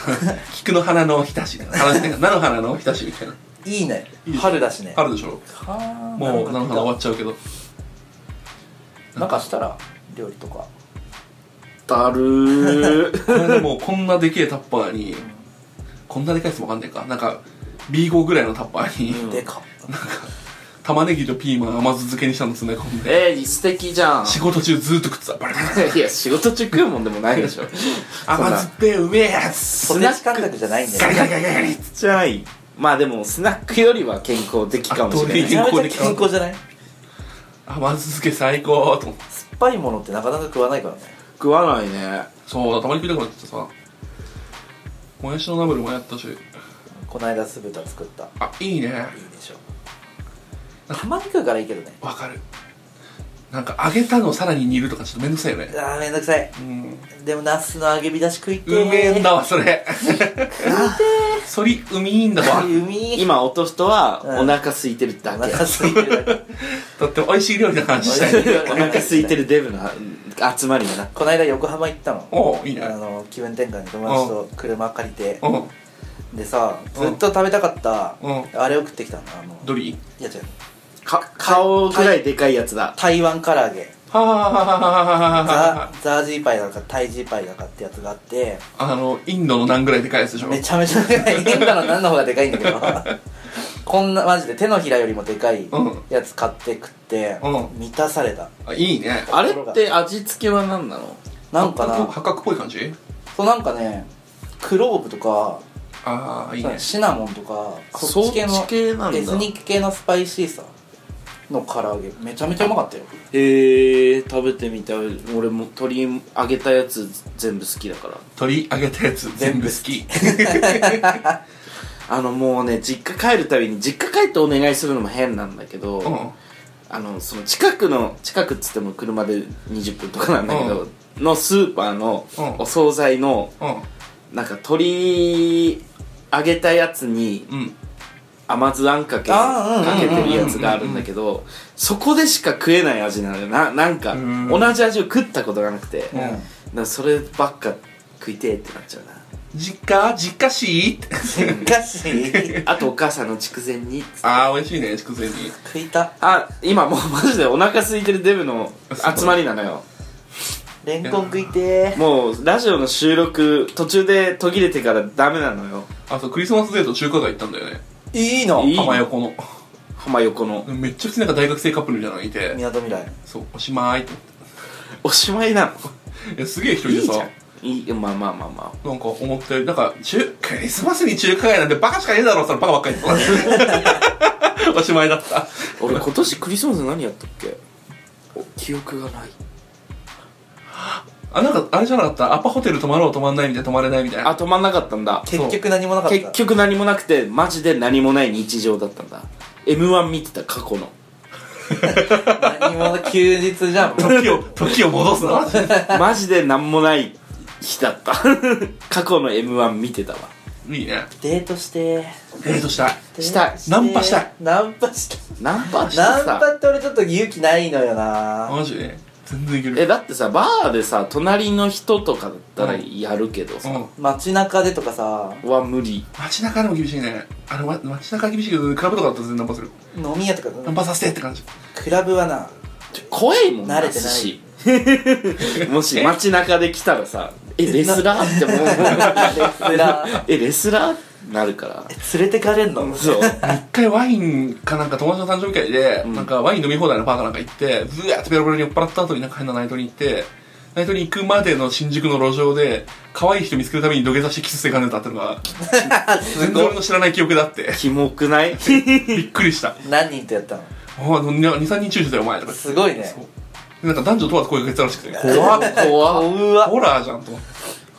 [SPEAKER 2] 菊の花のおひたしみたいな花菜の花のおひたしみたいな
[SPEAKER 1] ういいね
[SPEAKER 2] いいね
[SPEAKER 1] 春だしね
[SPEAKER 2] あるでしょ
[SPEAKER 1] はあ
[SPEAKER 2] もう菜の花終わ
[SPEAKER 1] っ
[SPEAKER 2] っちゃうけど
[SPEAKER 1] なんかしたら料理とか
[SPEAKER 2] だる ーこれでもこんなでけえタッパーにこんなでかいやつもわかんねえかなんか B5 ぐらいのタッパーに、
[SPEAKER 1] で か
[SPEAKER 2] 玉ねぎとピーマン甘酢漬けにしたの詰め込んで
[SPEAKER 3] えー、素敵じゃん
[SPEAKER 2] 仕事中ずっと食ってたバラバラバラ
[SPEAKER 3] いや仕事中食うもんでもないでしょ
[SPEAKER 2] 甘酸っぱいうめえやつ
[SPEAKER 1] ポテチ感覚じゃないんだ
[SPEAKER 2] ガリ
[SPEAKER 1] よ
[SPEAKER 2] ガリガリガリ
[SPEAKER 3] じゃいまあでもスナックよりは健康的かもしれ
[SPEAKER 2] あ
[SPEAKER 3] な
[SPEAKER 2] と
[SPEAKER 3] い
[SPEAKER 1] めちゃめちゃ健康じゃない
[SPEAKER 2] 甘酢漬け最高と思って
[SPEAKER 1] 酸っぱいものってなかなか食わないからね
[SPEAKER 3] 食わないね
[SPEAKER 2] そうたまに食いたくなっちゃってさもやしのナムルもやったし
[SPEAKER 1] この間酢豚作ったい
[SPEAKER 2] あいいね
[SPEAKER 1] いでしょたまに食うからいいけどね
[SPEAKER 2] わかるなんか揚げたのをさらに煮るとかちょっとめんどくさいよね
[SPEAKER 1] あーめんどくさい
[SPEAKER 2] うん
[SPEAKER 1] でもナスの揚げび出し食いて
[SPEAKER 2] う
[SPEAKER 1] ー
[SPEAKER 2] めえんだわそれそりうみいいんだわ
[SPEAKER 1] うみ
[SPEAKER 3] 今落とすとは
[SPEAKER 1] うん
[SPEAKER 3] お腹空いてるだ
[SPEAKER 1] お
[SPEAKER 3] け、
[SPEAKER 1] 腹空いてるだ け
[SPEAKER 2] とっても美味しい料理の話したい
[SPEAKER 3] お腹空いてるデブの集まりだな
[SPEAKER 1] この間横浜行ったの
[SPEAKER 2] おういいね
[SPEAKER 1] あの気分転換に友達と車借りて
[SPEAKER 2] うん
[SPEAKER 1] でさ
[SPEAKER 2] うん
[SPEAKER 1] ずっと食べたかった
[SPEAKER 2] う
[SPEAKER 1] あれを食ってきたのあの
[SPEAKER 2] ドリー
[SPEAKER 1] いや違う
[SPEAKER 3] か顔ぐらいでかいやつだ
[SPEAKER 1] 台湾唐揚げ
[SPEAKER 2] はあはあはあはあは
[SPEAKER 1] ザ
[SPEAKER 2] あ
[SPEAKER 1] ザージーパイだかタイジーパイだかってやつがあって
[SPEAKER 2] あのインドの何ぐらいでかいやつでしょ
[SPEAKER 1] めちゃめちゃでかい変なの何の方がでかいんだ けどこんなマジで手のひらよりもでかい
[SPEAKER 2] うん
[SPEAKER 1] やつ買って食って、
[SPEAKER 2] う
[SPEAKER 1] 満たされた
[SPEAKER 2] あいいね
[SPEAKER 3] あれって味付けは何なの
[SPEAKER 1] なんか
[SPEAKER 2] 八角
[SPEAKER 1] な
[SPEAKER 2] 八角っぽい感じ
[SPEAKER 1] そうなんかねクローブとか
[SPEAKER 2] ああいいね
[SPEAKER 1] シナモンとか
[SPEAKER 3] そ
[SPEAKER 1] そ
[SPEAKER 3] っ
[SPEAKER 1] っち
[SPEAKER 3] ち系
[SPEAKER 1] 系
[SPEAKER 3] の
[SPEAKER 1] のエスニック系のスパイシーさの唐揚げめちゃめちゃうまかったよ
[SPEAKER 3] へえ食べてみたい俺も鶏揚げたやつ全部好きだから
[SPEAKER 2] 鳥揚げたやつ全部好き
[SPEAKER 3] あのもうね実家帰るたびに実家帰ってお願いするのも変なんだけど、
[SPEAKER 2] うん
[SPEAKER 3] あのその近くの近くっつっても車で20分とかなんだけど、のスーパーの
[SPEAKER 2] うん
[SPEAKER 3] お惣菜の
[SPEAKER 2] うん
[SPEAKER 3] なんか鶏揚げたやつに
[SPEAKER 2] うん
[SPEAKER 3] 甘酢あんかけ
[SPEAKER 1] あー
[SPEAKER 3] かけてるやつがあるんだけどそこでしか食えない味なのよななんか
[SPEAKER 2] うん
[SPEAKER 3] 同じ味を食ったことがなくて、
[SPEAKER 2] うん
[SPEAKER 3] だからそればっか食いてえってなっちゃうな
[SPEAKER 2] 実家実家しいって
[SPEAKER 1] おかしい
[SPEAKER 3] あとお母さんの筑前煮
[SPEAKER 2] ああ美味しいね筑前煮
[SPEAKER 1] 食いた
[SPEAKER 3] あ今もうマジでお腹空いてるデブの集まりなのよ
[SPEAKER 1] レンコン食いて
[SPEAKER 3] もうラジオの収録途中で途切れてからダメなのよ
[SPEAKER 2] あそうクリスマスデート中華街行ったんだよね
[SPEAKER 1] ーいいの
[SPEAKER 3] いい
[SPEAKER 2] 浜横の
[SPEAKER 3] 浜横の
[SPEAKER 2] めっちゃ普通になんか大学生カップルみたいなのがいて
[SPEAKER 1] 港未来
[SPEAKER 2] そうおしまいって思っ
[SPEAKER 3] おしまいな
[SPEAKER 2] ていやすげえ一人
[SPEAKER 3] のい
[SPEAKER 2] で
[SPEAKER 3] いじ
[SPEAKER 2] さ
[SPEAKER 3] ゃんいいまあまあまあま
[SPEAKER 2] なんか思ったよりなんか中クリスマスに中華街なんてバカしかねえだろそれバカばっかり言って たおしまいだった
[SPEAKER 3] あ 俺今年クリスマス何やったっけお記憶がない
[SPEAKER 2] あなんかあれじゃなかったアパホテル泊まろう泊まんないみたいな泊まれないみたいな
[SPEAKER 3] あ止まんなかったんだ
[SPEAKER 1] 結局何もなかった
[SPEAKER 3] 結局何もなくてマジで何もない日常だったんだ m 1見てた過 去の
[SPEAKER 1] 何も休日じゃん
[SPEAKER 2] 時 を時を戻すな
[SPEAKER 3] マジで何もない日だった 過去の m 1見てたわ
[SPEAKER 2] いいね
[SPEAKER 1] デートして
[SPEAKER 2] デートしたい
[SPEAKER 3] したい
[SPEAKER 1] デートて
[SPEAKER 2] ナンパしたい
[SPEAKER 1] ナンパしたい
[SPEAKER 3] ナンパして
[SPEAKER 1] ナン
[SPEAKER 3] さ
[SPEAKER 1] パって俺ちょっと勇気ないのよな
[SPEAKER 2] マジで全然いける
[SPEAKER 3] えだってさバーでさ隣の人とかだったらやるけど
[SPEAKER 2] う
[SPEAKER 3] さ、
[SPEAKER 2] ん
[SPEAKER 1] 街中でとかさ
[SPEAKER 3] は無理
[SPEAKER 2] 街中でも厳しいねあのま街中は厳しいけどクラブとかだったら全然ナンパする
[SPEAKER 1] 飲み屋とか
[SPEAKER 2] ナンパさせてって感じ
[SPEAKER 1] クラブはな
[SPEAKER 3] ちょ怖いもん
[SPEAKER 1] 慣れてない
[SPEAKER 3] 寿司もし街中で来たらさ「えレスラー?」っても
[SPEAKER 1] レ
[SPEAKER 3] う
[SPEAKER 1] スラー
[SPEAKER 3] 「えレスラー?」なるから
[SPEAKER 1] 連れてかれんの
[SPEAKER 3] そう
[SPEAKER 2] 一回ワインかなんか友達の誕生日会で、
[SPEAKER 3] ん
[SPEAKER 2] なんかワイン飲み放題のパーかなんか行ってブワーってベロベロに酔っ払った後になんか変なナイトに行ってナイトに行くまでの新宿の路上で可愛い人見つけるために土下座してキスしてかねたってのが 全然俺の知らない記憶だって
[SPEAKER 3] キモくない
[SPEAKER 2] びっくりした
[SPEAKER 1] 何人とやったの
[SPEAKER 2] 「おい23人注意してたよお前」とか言って
[SPEAKER 1] すごいね
[SPEAKER 2] そうでなんか男女問わず声かけてたらしくて
[SPEAKER 3] 怖っ怖っ
[SPEAKER 1] うわ
[SPEAKER 2] ホラーじゃんと思っ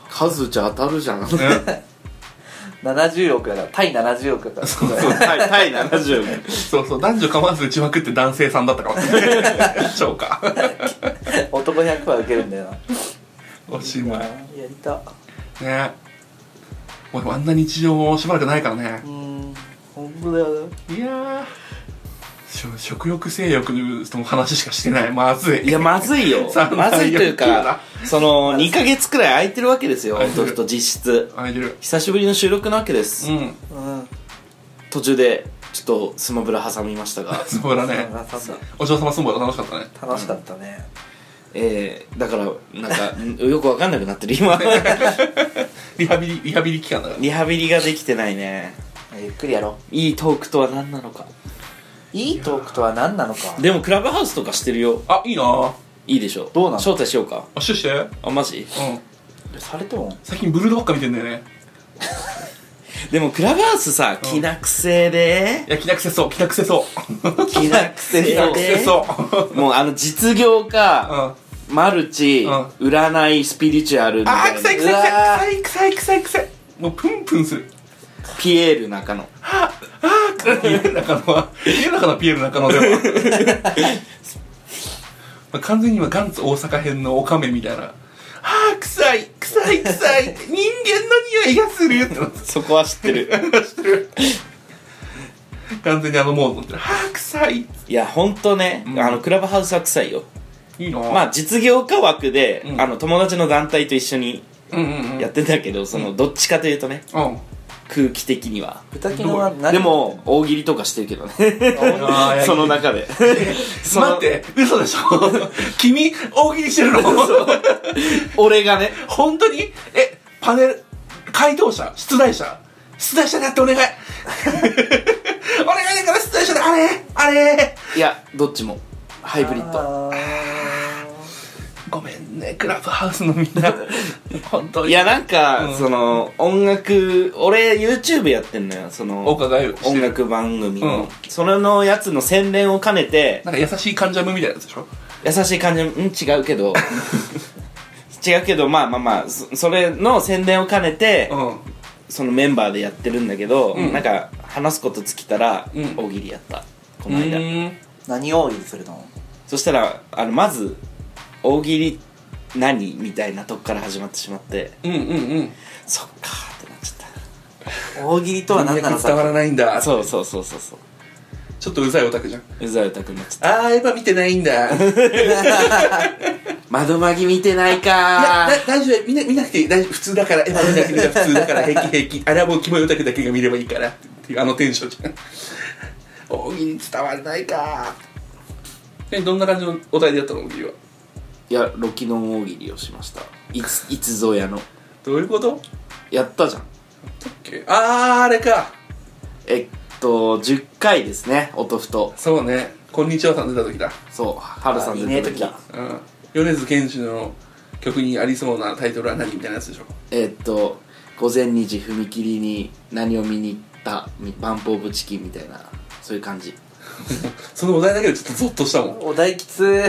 [SPEAKER 3] 数じゃ当たるじゃん
[SPEAKER 2] て、ね、
[SPEAKER 1] 70億だからタイ70億だから
[SPEAKER 2] そうそう
[SPEAKER 3] タイタイ70
[SPEAKER 2] そうそう男女構わず打ちまくって男性さんだったかもし れないそうか
[SPEAKER 1] 男100%は受けるんだよな
[SPEAKER 2] おしまい
[SPEAKER 1] やりた
[SPEAKER 2] ね俺もあんな日常もしばらくないからね
[SPEAKER 1] うーん本当だよない
[SPEAKER 2] やーし食欲性欲の話しかしてないまずい
[SPEAKER 3] いやまずいよ
[SPEAKER 2] 三
[SPEAKER 3] まずいという
[SPEAKER 2] 四だ
[SPEAKER 3] かその2ヶ月くらい空いてるわけですよ
[SPEAKER 2] 空いてる
[SPEAKER 3] とと実質
[SPEAKER 2] あいてる
[SPEAKER 3] 久しぶりの収録なわけです、
[SPEAKER 2] うん
[SPEAKER 1] うん
[SPEAKER 3] 途中でちょっとスマブラ挟みました が
[SPEAKER 2] スマブラねお嬢様相撲が楽しかったね
[SPEAKER 1] 楽しかったね、
[SPEAKER 3] えー、だからなんかよくわかんなくなってる今
[SPEAKER 2] リハビリリハビリ期間だから
[SPEAKER 3] リハビリができてないね
[SPEAKER 1] ゆっくりやろう
[SPEAKER 3] いいトークとは何なのか
[SPEAKER 1] いいトークとは何なのか
[SPEAKER 3] でもクラブハウスとかしてるよ
[SPEAKER 2] あいいなあ
[SPEAKER 3] いいでしょ
[SPEAKER 1] どうなの
[SPEAKER 3] 招待しようか
[SPEAKER 2] シュッしてうん
[SPEAKER 3] あマジ
[SPEAKER 1] されても
[SPEAKER 2] 最近ブルードばっか見てんだよね
[SPEAKER 3] でもクラブハウスさ気なくせで
[SPEAKER 2] いや気なくせそう気なくせそう
[SPEAKER 3] 気なくせ
[SPEAKER 2] 気なくせそう
[SPEAKER 3] もうあの実業家、
[SPEAKER 2] うん
[SPEAKER 3] マルチ、
[SPEAKER 2] うん
[SPEAKER 3] 占いスピリチュアルみ
[SPEAKER 2] あー
[SPEAKER 3] たい
[SPEAKER 2] 臭い
[SPEAKER 3] な
[SPEAKER 2] 臭いう
[SPEAKER 1] わ
[SPEAKER 2] 臭い臭い臭い臭い臭いもうプンプンする
[SPEAKER 3] ピエール中野
[SPEAKER 2] ピエール中野は家の中のピエール中野ではまあ完全に今ガンツ大阪編のオカメみたいなあー臭い臭い臭い人間の匂いがするってなって
[SPEAKER 3] そこは知って る
[SPEAKER 2] 完全にあのモードになってるあー臭い
[SPEAKER 3] いやほんとね、
[SPEAKER 2] うん
[SPEAKER 3] あのクラブハウスは臭いよ
[SPEAKER 2] いいな
[SPEAKER 3] まあ実業家枠で、
[SPEAKER 2] うん
[SPEAKER 3] あの友達の団体と一緒に
[SPEAKER 2] うんうんうん
[SPEAKER 3] やってんだけど、そのどっちかというとね
[SPEAKER 2] うん
[SPEAKER 3] 空気的には
[SPEAKER 1] 豚キノは何
[SPEAKER 3] でも大喜利とかしてるけどね
[SPEAKER 2] あー
[SPEAKER 3] その中 でその
[SPEAKER 2] 待って嘘でしょ君大喜利してるの
[SPEAKER 3] 俺がね
[SPEAKER 2] 本当にえパネル回答者出題者出題者でやってお願い お願いだから出題者であれあれ
[SPEAKER 3] いやどっちもハイブリッ
[SPEAKER 1] あ
[SPEAKER 3] ド
[SPEAKER 2] ごめんねクラブハウスのみんな本当に
[SPEAKER 3] いやなんか、
[SPEAKER 2] うん
[SPEAKER 3] その音楽俺 YouTube やってんのよその
[SPEAKER 2] お伺いをして
[SPEAKER 3] 音
[SPEAKER 2] る
[SPEAKER 3] 楽番組の、
[SPEAKER 2] うん
[SPEAKER 3] それのやつの宣伝を兼ねて
[SPEAKER 2] なんか優しい患者ムみたいなやつでしょ
[SPEAKER 3] 優しい感じうん違うけ ど違うけどまあまあまあそそれの宣伝を兼ねて、
[SPEAKER 2] う
[SPEAKER 3] そのメンバーでやってるんだけど、
[SPEAKER 2] うん
[SPEAKER 3] なんか話すこと尽きたら、
[SPEAKER 2] うん
[SPEAKER 3] 大喜利やったこ
[SPEAKER 2] ん
[SPEAKER 3] の間、
[SPEAKER 2] うん
[SPEAKER 1] ー何を言いするの
[SPEAKER 3] そしたらあのまず大喜利何みたいなとこから始まってしまって
[SPEAKER 2] うんうんうん
[SPEAKER 3] そっかーってなっちゃっ
[SPEAKER 1] 大喜利とは何なの
[SPEAKER 2] 伝わ
[SPEAKER 1] から
[SPEAKER 2] ないんだ
[SPEAKER 3] たそうそうそうそうそう
[SPEAKER 2] ちょっとうざいオタクじゃん
[SPEAKER 3] うざうたくなっちゃっ
[SPEAKER 2] ああエヴァ見てないんだい
[SPEAKER 3] た窓まぎ見てない
[SPEAKER 2] や
[SPEAKER 3] か
[SPEAKER 2] だ大丈夫見な見なくていい大丈夫普通だからエヴァ見なくていい普通だから平気平気あれはもうキモいオタクだけが見ればいいからっていうあのテンションじゃん 大喜利伝わらないかえどんな感じのお題でやったの大喜利はい
[SPEAKER 3] やロキノン大喜利をしましたいついつぞやの
[SPEAKER 2] どういうこと
[SPEAKER 3] やったじゃん
[SPEAKER 2] あああれか
[SPEAKER 3] えっと10回ですね音ふと
[SPEAKER 2] そうね「こんにちは」さん出た時だ
[SPEAKER 3] そう春さん出た時
[SPEAKER 1] あいねえ時だ
[SPEAKER 2] うん米津玄師の曲にありそうなタイトルは何みたいなやつでしょ
[SPEAKER 3] えっと午前2時踏切に何を見に行ったみバンプオブチキンみたいなそういう感じ
[SPEAKER 2] そのお題だけでちょっとゾッとしたもん
[SPEAKER 1] お題きつ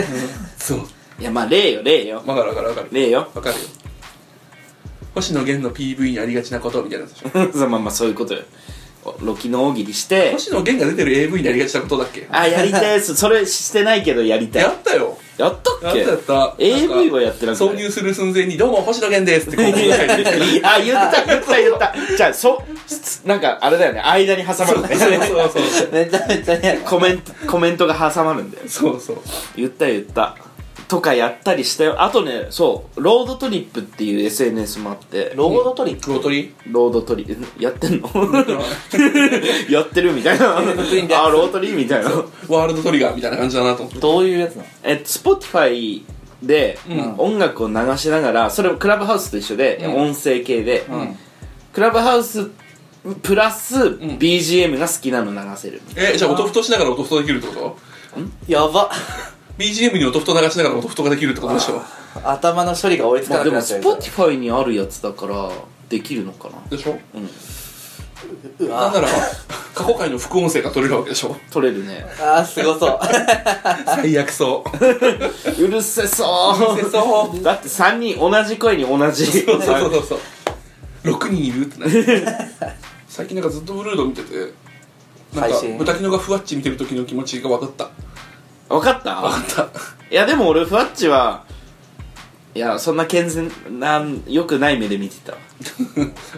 [SPEAKER 2] そう
[SPEAKER 3] いやまあ例よ例よ
[SPEAKER 2] わかるわかるわかる
[SPEAKER 3] 例よ
[SPEAKER 2] わかるよ星野源の PV にありがちなことみたいなやつでしょ
[SPEAKER 3] そうまあまあそういうことよおロキの大喜利し て
[SPEAKER 2] 星野源が出てる AV にありがちなことだっけ
[SPEAKER 3] あやりたいですそれしてないけどやりたい
[SPEAKER 2] やったよ
[SPEAKER 3] やった
[SPEAKER 2] や
[SPEAKER 3] っ
[SPEAKER 2] っ
[SPEAKER 3] け
[SPEAKER 2] たやった
[SPEAKER 3] AV は
[SPEAKER 2] や
[SPEAKER 3] やってなく
[SPEAKER 2] 挿
[SPEAKER 3] ない
[SPEAKER 2] 入する寸前に「どうも星野源です」 ってこう
[SPEAKER 3] あ言った言った言ったじゃあそなんかあれだよね間に挟まるんだ
[SPEAKER 2] そう
[SPEAKER 3] よね
[SPEAKER 2] そうそう
[SPEAKER 1] いめちゃめちゃね
[SPEAKER 3] コメントコメントが挟まるんだよ
[SPEAKER 2] そうそう
[SPEAKER 3] 言った言ったとかやったりしたよあとねそうロードトリップっていう SNS もあってロ
[SPEAKER 1] ロードトリック
[SPEAKER 2] 黒鳥
[SPEAKER 3] ードトリップやってんの やってるみ たいなあロードトリーみたいな
[SPEAKER 2] ワールドトリガーみたいな感じだなと思って
[SPEAKER 1] どういうやつなの
[SPEAKER 3] えっと Spotify で、
[SPEAKER 2] うん
[SPEAKER 3] 音楽を流しながらそれもクラブハウスと一緒で、
[SPEAKER 2] うん
[SPEAKER 3] 音声系で、
[SPEAKER 2] ん
[SPEAKER 3] クラブハウスプラス
[SPEAKER 2] ん
[SPEAKER 3] BGM が好きなの流せるみたいな
[SPEAKER 2] えじゃあ音ふとしながら音ふとできるってこと
[SPEAKER 1] やば
[SPEAKER 2] BGM に音ふと流しながら音ふとができるってことでしょ
[SPEAKER 1] 頭の処理が追いつか
[SPEAKER 3] ま
[SPEAKER 1] な
[SPEAKER 3] あで
[SPEAKER 1] く
[SPEAKER 3] も
[SPEAKER 1] なっちゃうよ
[SPEAKER 3] Spotify にあるやつだからできるのかな
[SPEAKER 2] でしょ
[SPEAKER 3] うん
[SPEAKER 1] う
[SPEAKER 2] なん
[SPEAKER 1] わ
[SPEAKER 2] なら過去回の副音声が取れるわけでしょ
[SPEAKER 3] 取れ るね
[SPEAKER 1] あーすごそう
[SPEAKER 2] 最悪そう
[SPEAKER 3] うるせそう
[SPEAKER 2] うるせそ
[SPEAKER 3] だって3人同じ声に同じ
[SPEAKER 2] そうそうそうそう6人いるってな る最近なんかずっとブルード見ててなん
[SPEAKER 1] 配
[SPEAKER 2] か
[SPEAKER 1] 信
[SPEAKER 2] 豚キノがふわっち見てる時の気持ちが分かった
[SPEAKER 3] 分かった
[SPEAKER 2] 分かった
[SPEAKER 3] いやでも俺ふわっちはいやそんな健全なんよくない目で見てたわ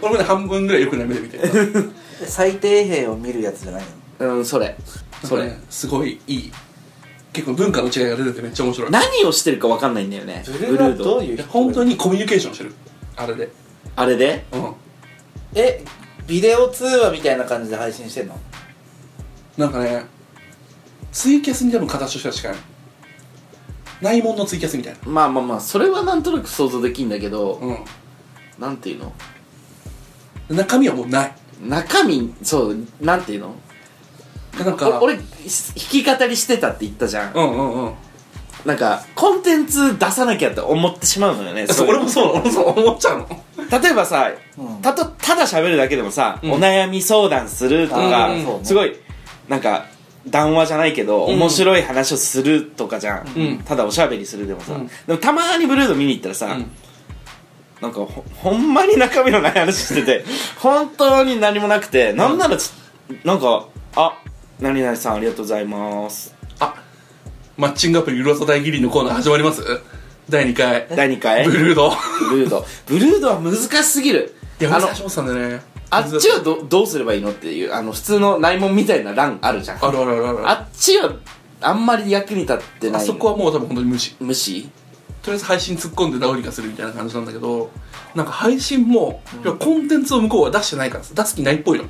[SPEAKER 2] 俺もね半分ぐらいよくない目で見てた
[SPEAKER 1] 最底辺を見るやつじゃないの
[SPEAKER 3] うんそれそ
[SPEAKER 2] そ
[SPEAKER 3] れ、
[SPEAKER 2] れすごいいい結構文化の違いが出ててめっちゃ面白い
[SPEAKER 3] 何をしてるか分かんないんだよねブルー
[SPEAKER 1] ど
[SPEAKER 3] ド
[SPEAKER 1] うい
[SPEAKER 2] いうや
[SPEAKER 1] 人
[SPEAKER 2] 本当にコミュニケーションしてるあれで
[SPEAKER 3] あれで
[SPEAKER 2] うん
[SPEAKER 1] えビデオ通話みたいな感じで配信してんの
[SPEAKER 2] なんかねツイキャスに多分形としては近いないもんのツイキャスみたいな
[SPEAKER 3] まあまあまあそれはなんとなく想像できんだけど、
[SPEAKER 2] う
[SPEAKER 3] なんていうの
[SPEAKER 2] ん中身はもうない
[SPEAKER 3] 中身そうなんていうの
[SPEAKER 2] なんか
[SPEAKER 3] お俺ひ弾き語りしてたって言ったじゃん、
[SPEAKER 2] うんうんうん
[SPEAKER 3] なんかコンテンツ出さなきゃって思ってしまうのよね
[SPEAKER 2] そう
[SPEAKER 3] れ
[SPEAKER 2] 俺もそう俺もそう思っちゃうの
[SPEAKER 3] 例えばさ、たとただ喋るだけでもさ、
[SPEAKER 2] うん
[SPEAKER 3] お悩み相談するとか、
[SPEAKER 2] うんうん
[SPEAKER 1] そうね
[SPEAKER 3] すごいなんか談話じゃないけど、
[SPEAKER 2] ん
[SPEAKER 3] 面白い話をするとかじゃん、
[SPEAKER 2] うん
[SPEAKER 3] ただおしゃべりするでもさ、
[SPEAKER 2] うん
[SPEAKER 3] でもたまにブルード見に行ったらさ、
[SPEAKER 2] うん
[SPEAKER 3] なんかほほんまに中身のない話して て本当に何もなくてなんならちなんか「あ何々さんありがとうございます
[SPEAKER 2] あマッチングアプリうろさ大喜利のコーナー始まります第2」回
[SPEAKER 3] 第2回
[SPEAKER 2] ブルード
[SPEAKER 3] ブルードブルードは難しすぎる
[SPEAKER 2] いや
[SPEAKER 3] あ
[SPEAKER 2] 俺
[SPEAKER 3] の
[SPEAKER 2] 最初思ってたんだよね
[SPEAKER 3] あっちはどどうすればいいのっていうあの普通の内門みたいな欄あるじゃん
[SPEAKER 2] あるあるあるある
[SPEAKER 3] あっちはあんまり役に立って
[SPEAKER 2] あ
[SPEAKER 3] ない
[SPEAKER 2] そこはもう多分本当に無視
[SPEAKER 3] 無視
[SPEAKER 2] とりあえず配信突っ込んで直りがするみたいな感じなんだけどなんか配信も、要はコンテンツを向こうは出してないから出す気ないっぽいの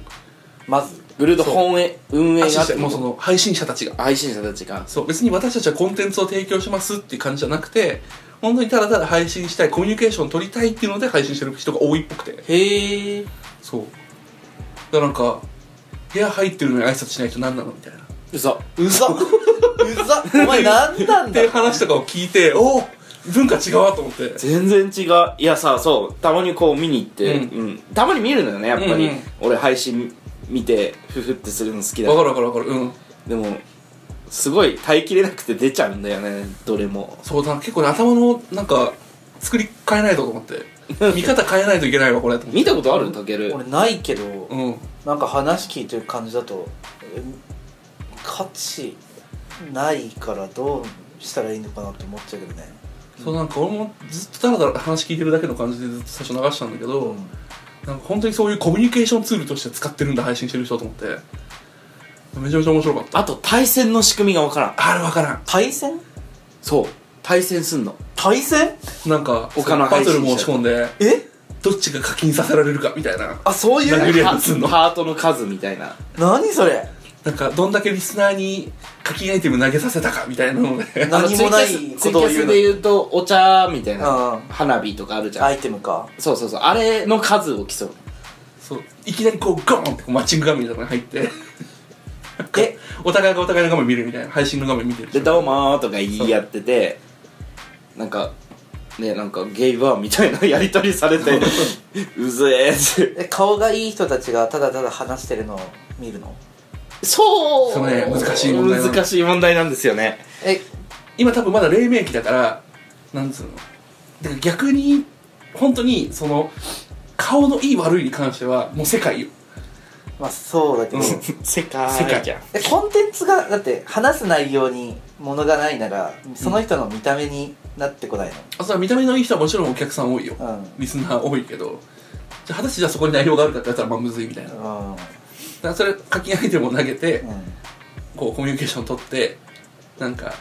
[SPEAKER 1] まず
[SPEAKER 3] ブルード本営運営
[SPEAKER 2] 配
[SPEAKER 3] が
[SPEAKER 2] 信
[SPEAKER 3] あっ
[SPEAKER 2] 者
[SPEAKER 3] て
[SPEAKER 2] もうその配信者たちが
[SPEAKER 3] 配信者たちが
[SPEAKER 2] そう別に私たちはコンテンツを提供しますっていう感じじゃなくて本当にただただ配信したいコミュニケーション取りたいっていうので配信してる人が多いっぽくて
[SPEAKER 3] へえ
[SPEAKER 2] そうだからなんか部屋入ってるのに挨拶しない人何なのみたいなっ
[SPEAKER 3] うそ
[SPEAKER 1] 嘘嘘お前何なんだ
[SPEAKER 2] ていう話とかを聞いておお文化違うわと思って
[SPEAKER 3] 全然違ういやさそうたまにこう見に行って、
[SPEAKER 2] うん
[SPEAKER 3] うんたまに見るのよねやっぱり、
[SPEAKER 2] うんうん
[SPEAKER 3] 俺配信見てフフってするの好きだ
[SPEAKER 2] わかるわかるわかるうん
[SPEAKER 3] でもすごい耐えきれなくて出ちゃうんだよねどれも
[SPEAKER 2] そうだな結構ね頭のなんか作り変えないとと思って見方変えないといけないわこれと思って
[SPEAKER 3] 見たことあるたける
[SPEAKER 1] 俺ないけど
[SPEAKER 2] うん
[SPEAKER 1] なんか話聞いてる感じだとえ価値ないからどうしたらいいのかなって思っちゃうけどね
[SPEAKER 2] そうなんか俺もずっとだらだら話聞いてるだけの感じでずっと最初流したんだけど、
[SPEAKER 1] ん
[SPEAKER 2] なんか本当にそういうコミュニケーションツールとして使ってるんだ配信してる人と思ってめちゃめちゃ面白かった
[SPEAKER 3] あと対戦の仕組みがわからん
[SPEAKER 2] あれ分からん
[SPEAKER 1] 対戦
[SPEAKER 3] そう対戦すんの
[SPEAKER 1] 対戦
[SPEAKER 2] なんか
[SPEAKER 3] 他の
[SPEAKER 2] バ
[SPEAKER 3] 配信
[SPEAKER 2] ト
[SPEAKER 3] 者
[SPEAKER 2] ル申し込んで
[SPEAKER 1] え
[SPEAKER 2] どっちが課金させられるかみたいな
[SPEAKER 1] あそうい
[SPEAKER 2] 殴
[SPEAKER 1] う
[SPEAKER 2] り合いすんの
[SPEAKER 3] ハートの数みたいな
[SPEAKER 1] 何それ
[SPEAKER 2] なんかどんだけリスナーに課金アイテム投げさせたかみたいなので
[SPEAKER 1] 何もないことを
[SPEAKER 3] ツイキ
[SPEAKER 1] 言
[SPEAKER 3] ャス
[SPEAKER 1] う
[SPEAKER 3] で
[SPEAKER 1] の
[SPEAKER 3] 言うとお茶みたい
[SPEAKER 1] うんう
[SPEAKER 3] なん花火とかあるじゃん、
[SPEAKER 1] アイテムか
[SPEAKER 3] そうそうそうあれの数を競う
[SPEAKER 2] そういきなりこうゴーンってこうマッチング画面みたいなのが入って
[SPEAKER 1] え
[SPEAKER 2] お互いがお互いの画面見るみたいな配信の画面見てる
[SPEAKER 3] で「どうも」とか言い合っててなんかねなんかゲイバーみたいなやり取りされてうぜえって
[SPEAKER 1] え顔がいい人たちがただただ話してるのを見るの
[SPEAKER 3] そう
[SPEAKER 2] そうね難しい問題なの
[SPEAKER 3] 難しい問題なんですよね
[SPEAKER 1] え
[SPEAKER 2] 今多分まだ黎明期だからなんつうのだから逆に本当にその顔のいい悪いに関してはもう世界よ
[SPEAKER 1] まあそうだけど、
[SPEAKER 2] うん
[SPEAKER 3] 世界
[SPEAKER 2] 世界
[SPEAKER 1] えコンテンツがだって話す内容にものがないならその人の見た目になってこない
[SPEAKER 2] あそれは見た目のいい人はもちろんお客さん多いよ、
[SPEAKER 1] のうん
[SPEAKER 2] リスナー多いけどじゃあ果たしてじゃあそこに内容があるかってやったらまあむずいみたいなだか
[SPEAKER 1] うん
[SPEAKER 2] らそれ課金アイテムを投げて
[SPEAKER 1] うん
[SPEAKER 2] こうコミュニケーション取ってなんか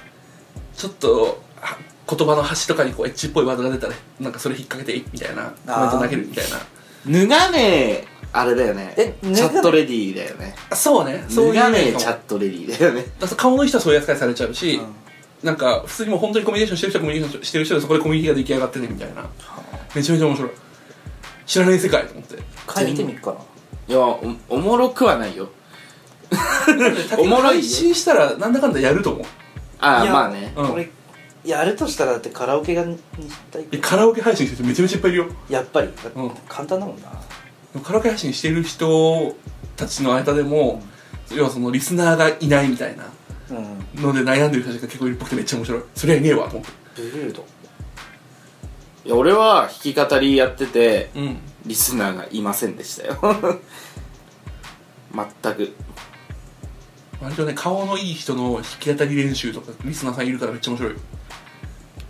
[SPEAKER 2] ちょっとは言葉の端とかにこうエッチっぽいワードが出たらなんかそれ引っ掛けていいみたいなコメント投げるみたいな
[SPEAKER 3] 脱がねえあれだよね
[SPEAKER 1] え脱がねえ
[SPEAKER 3] チャットレディーだよね
[SPEAKER 2] あそうねそうい
[SPEAKER 3] 脱
[SPEAKER 2] う
[SPEAKER 3] がねえ
[SPEAKER 2] かも
[SPEAKER 3] チャットレディーだよね
[SPEAKER 2] だから顔のいい人はそういう扱いされちゃうし、
[SPEAKER 1] うん
[SPEAKER 2] なんか普通にもう本当にコミュニケーションしてる人はコミュニケーションしてる人でそこでコミュニティが出来上がってねみたいなめちゃめちゃ面白い知らない世界と 思って
[SPEAKER 1] 書いてみっかない
[SPEAKER 3] やおおもろくはないよお
[SPEAKER 2] お
[SPEAKER 3] も
[SPEAKER 2] も
[SPEAKER 3] ろい
[SPEAKER 2] 配信したらなんだかんだやると思う
[SPEAKER 3] あ
[SPEAKER 1] い
[SPEAKER 3] あ
[SPEAKER 1] や
[SPEAKER 3] まあね
[SPEAKER 2] うん
[SPEAKER 1] これやるとしたらだってカラオケが日体
[SPEAKER 2] いやカラオケ配信してる人めちゃめちゃいっぱいいるよ
[SPEAKER 1] やっぱりだって
[SPEAKER 2] うん
[SPEAKER 1] 簡単だもんな
[SPEAKER 2] カラオケ配信してる人たちの間でも要はそのリスナーがいないみたいな
[SPEAKER 1] うん
[SPEAKER 2] ので悩んでる人たちが結構いるっぽくてめっちゃ面白いそりゃいねえわと思っ
[SPEAKER 1] ブ
[SPEAKER 2] て
[SPEAKER 1] ルード
[SPEAKER 3] いや俺は弾き語りやってて
[SPEAKER 2] うん
[SPEAKER 3] リスナーがいませんでしたよ 全く
[SPEAKER 2] 割とね顔のいい人の弾き語り練習とかリスナーさんいるからめっちゃ面白い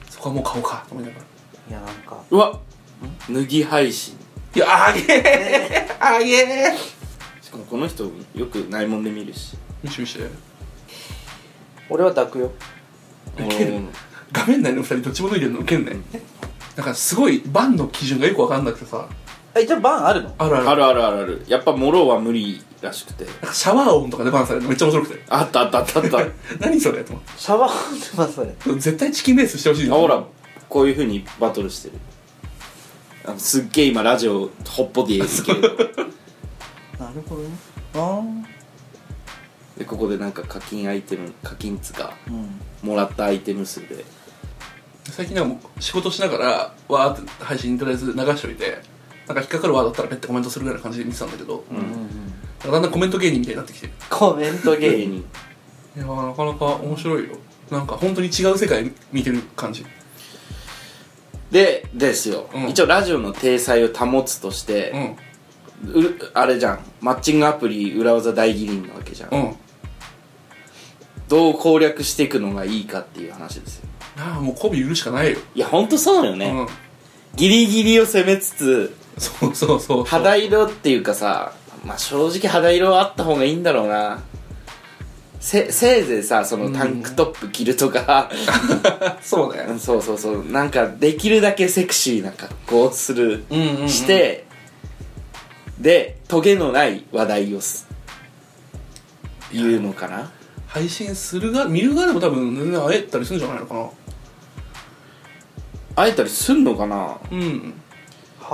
[SPEAKER 2] そこはもう顔かと思いながら
[SPEAKER 1] いやなんか
[SPEAKER 3] うわ脱ぎ配信
[SPEAKER 2] いやあげーあげー
[SPEAKER 3] しかもこの人よく内門で見るし
[SPEAKER 2] 見して見して
[SPEAKER 1] 俺は抱くよ
[SPEAKER 2] ウケる
[SPEAKER 3] おー
[SPEAKER 2] 画面内の二人どっちも脱いでるのウケんねなんかすごいバンの基準がよくわかんなくてさ
[SPEAKER 6] えじゃあバンあるの
[SPEAKER 2] あるある
[SPEAKER 3] あるあるあるあるやっぱもろは無理らしくて
[SPEAKER 2] なんかシャワー音とかでバンされるのめっちゃ面白くて
[SPEAKER 3] あったあったあったあ ったあ
[SPEAKER 2] 何それと思っ
[SPEAKER 6] シャワー音ってばそれ
[SPEAKER 2] て絶対チキンレースしてほしい
[SPEAKER 3] ほらこういうふうにバトルしてるあのすっげえ今ラジオほっぽでですけれ ど
[SPEAKER 6] なるほどねあ
[SPEAKER 3] でここでなんか課金アイテム課金っつう
[SPEAKER 6] あ
[SPEAKER 3] か
[SPEAKER 6] うん
[SPEAKER 3] もらったアイテム数で
[SPEAKER 2] 最近なんかもう仕事しながらわーって配信とりあえず流しておいてなんか引っかかるワードだったらペッてコメントするぐらいの感じで見てたんだけど、
[SPEAKER 3] うん
[SPEAKER 2] なんかだんだんコメント芸人みたいになってきてい
[SPEAKER 6] コメント芸
[SPEAKER 3] 芸
[SPEAKER 6] 人
[SPEAKER 3] 人
[SPEAKER 2] やーなかなか面白いよなんか本当に違う世界見てる感じ
[SPEAKER 3] でですよ、
[SPEAKER 2] うん
[SPEAKER 3] 一応ラジオの体裁を保つとして
[SPEAKER 2] う、ん
[SPEAKER 3] うるあれじゃんマッチングアプリ裏技大義林なわけじゃん、
[SPEAKER 2] うん
[SPEAKER 3] どう攻略していくのがいいかっていう話ですよ
[SPEAKER 2] なあもう媚び売るしかないよ、
[SPEAKER 3] いやほんとそうだよね、
[SPEAKER 2] うん
[SPEAKER 3] ギリギリを攻めつつ
[SPEAKER 2] そうそうそうそう
[SPEAKER 3] 肌色っていうかさまあ正直肌色はあった方がいいんだろうなせせいぜいさそのタンクトップ着ると か、
[SPEAKER 2] そう
[SPEAKER 3] う
[SPEAKER 2] ね
[SPEAKER 3] ん、 そうそうそうなんかできるだけセクシーな格好をする、
[SPEAKER 2] うんうん、うん、
[SPEAKER 3] してでトゲのない話題をす言うのかな
[SPEAKER 2] 配信するが見る側でも多分全然会えたりするんじゃないのかな
[SPEAKER 3] 会えたりすんのかな
[SPEAKER 2] うん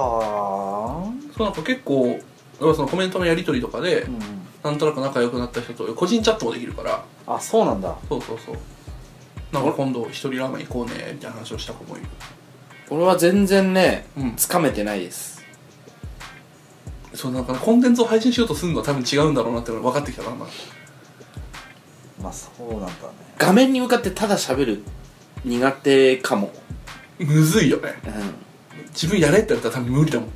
[SPEAKER 6] はあ
[SPEAKER 2] そうなんか結構やっぱそのコメントのやり取りとかで、
[SPEAKER 6] うん
[SPEAKER 2] なんとなく仲良くなった人と個人チャットもできるから
[SPEAKER 6] あそうなんだ
[SPEAKER 2] そうそうそうなんか今度一人ラーメン行こうねみたいな話をした子もいる
[SPEAKER 3] 俺は全然ね
[SPEAKER 2] うん
[SPEAKER 3] つかめてないです
[SPEAKER 2] そうなんかねコンテンツを配信しようとするのは多分違うんだろうなって分かってきたなま
[SPEAKER 6] まあそうなんだね
[SPEAKER 3] 画面に向かってただ喋る苦手かも、
[SPEAKER 2] むずいよね
[SPEAKER 3] うん、
[SPEAKER 2] 自分やれって言われたら多分無理だもん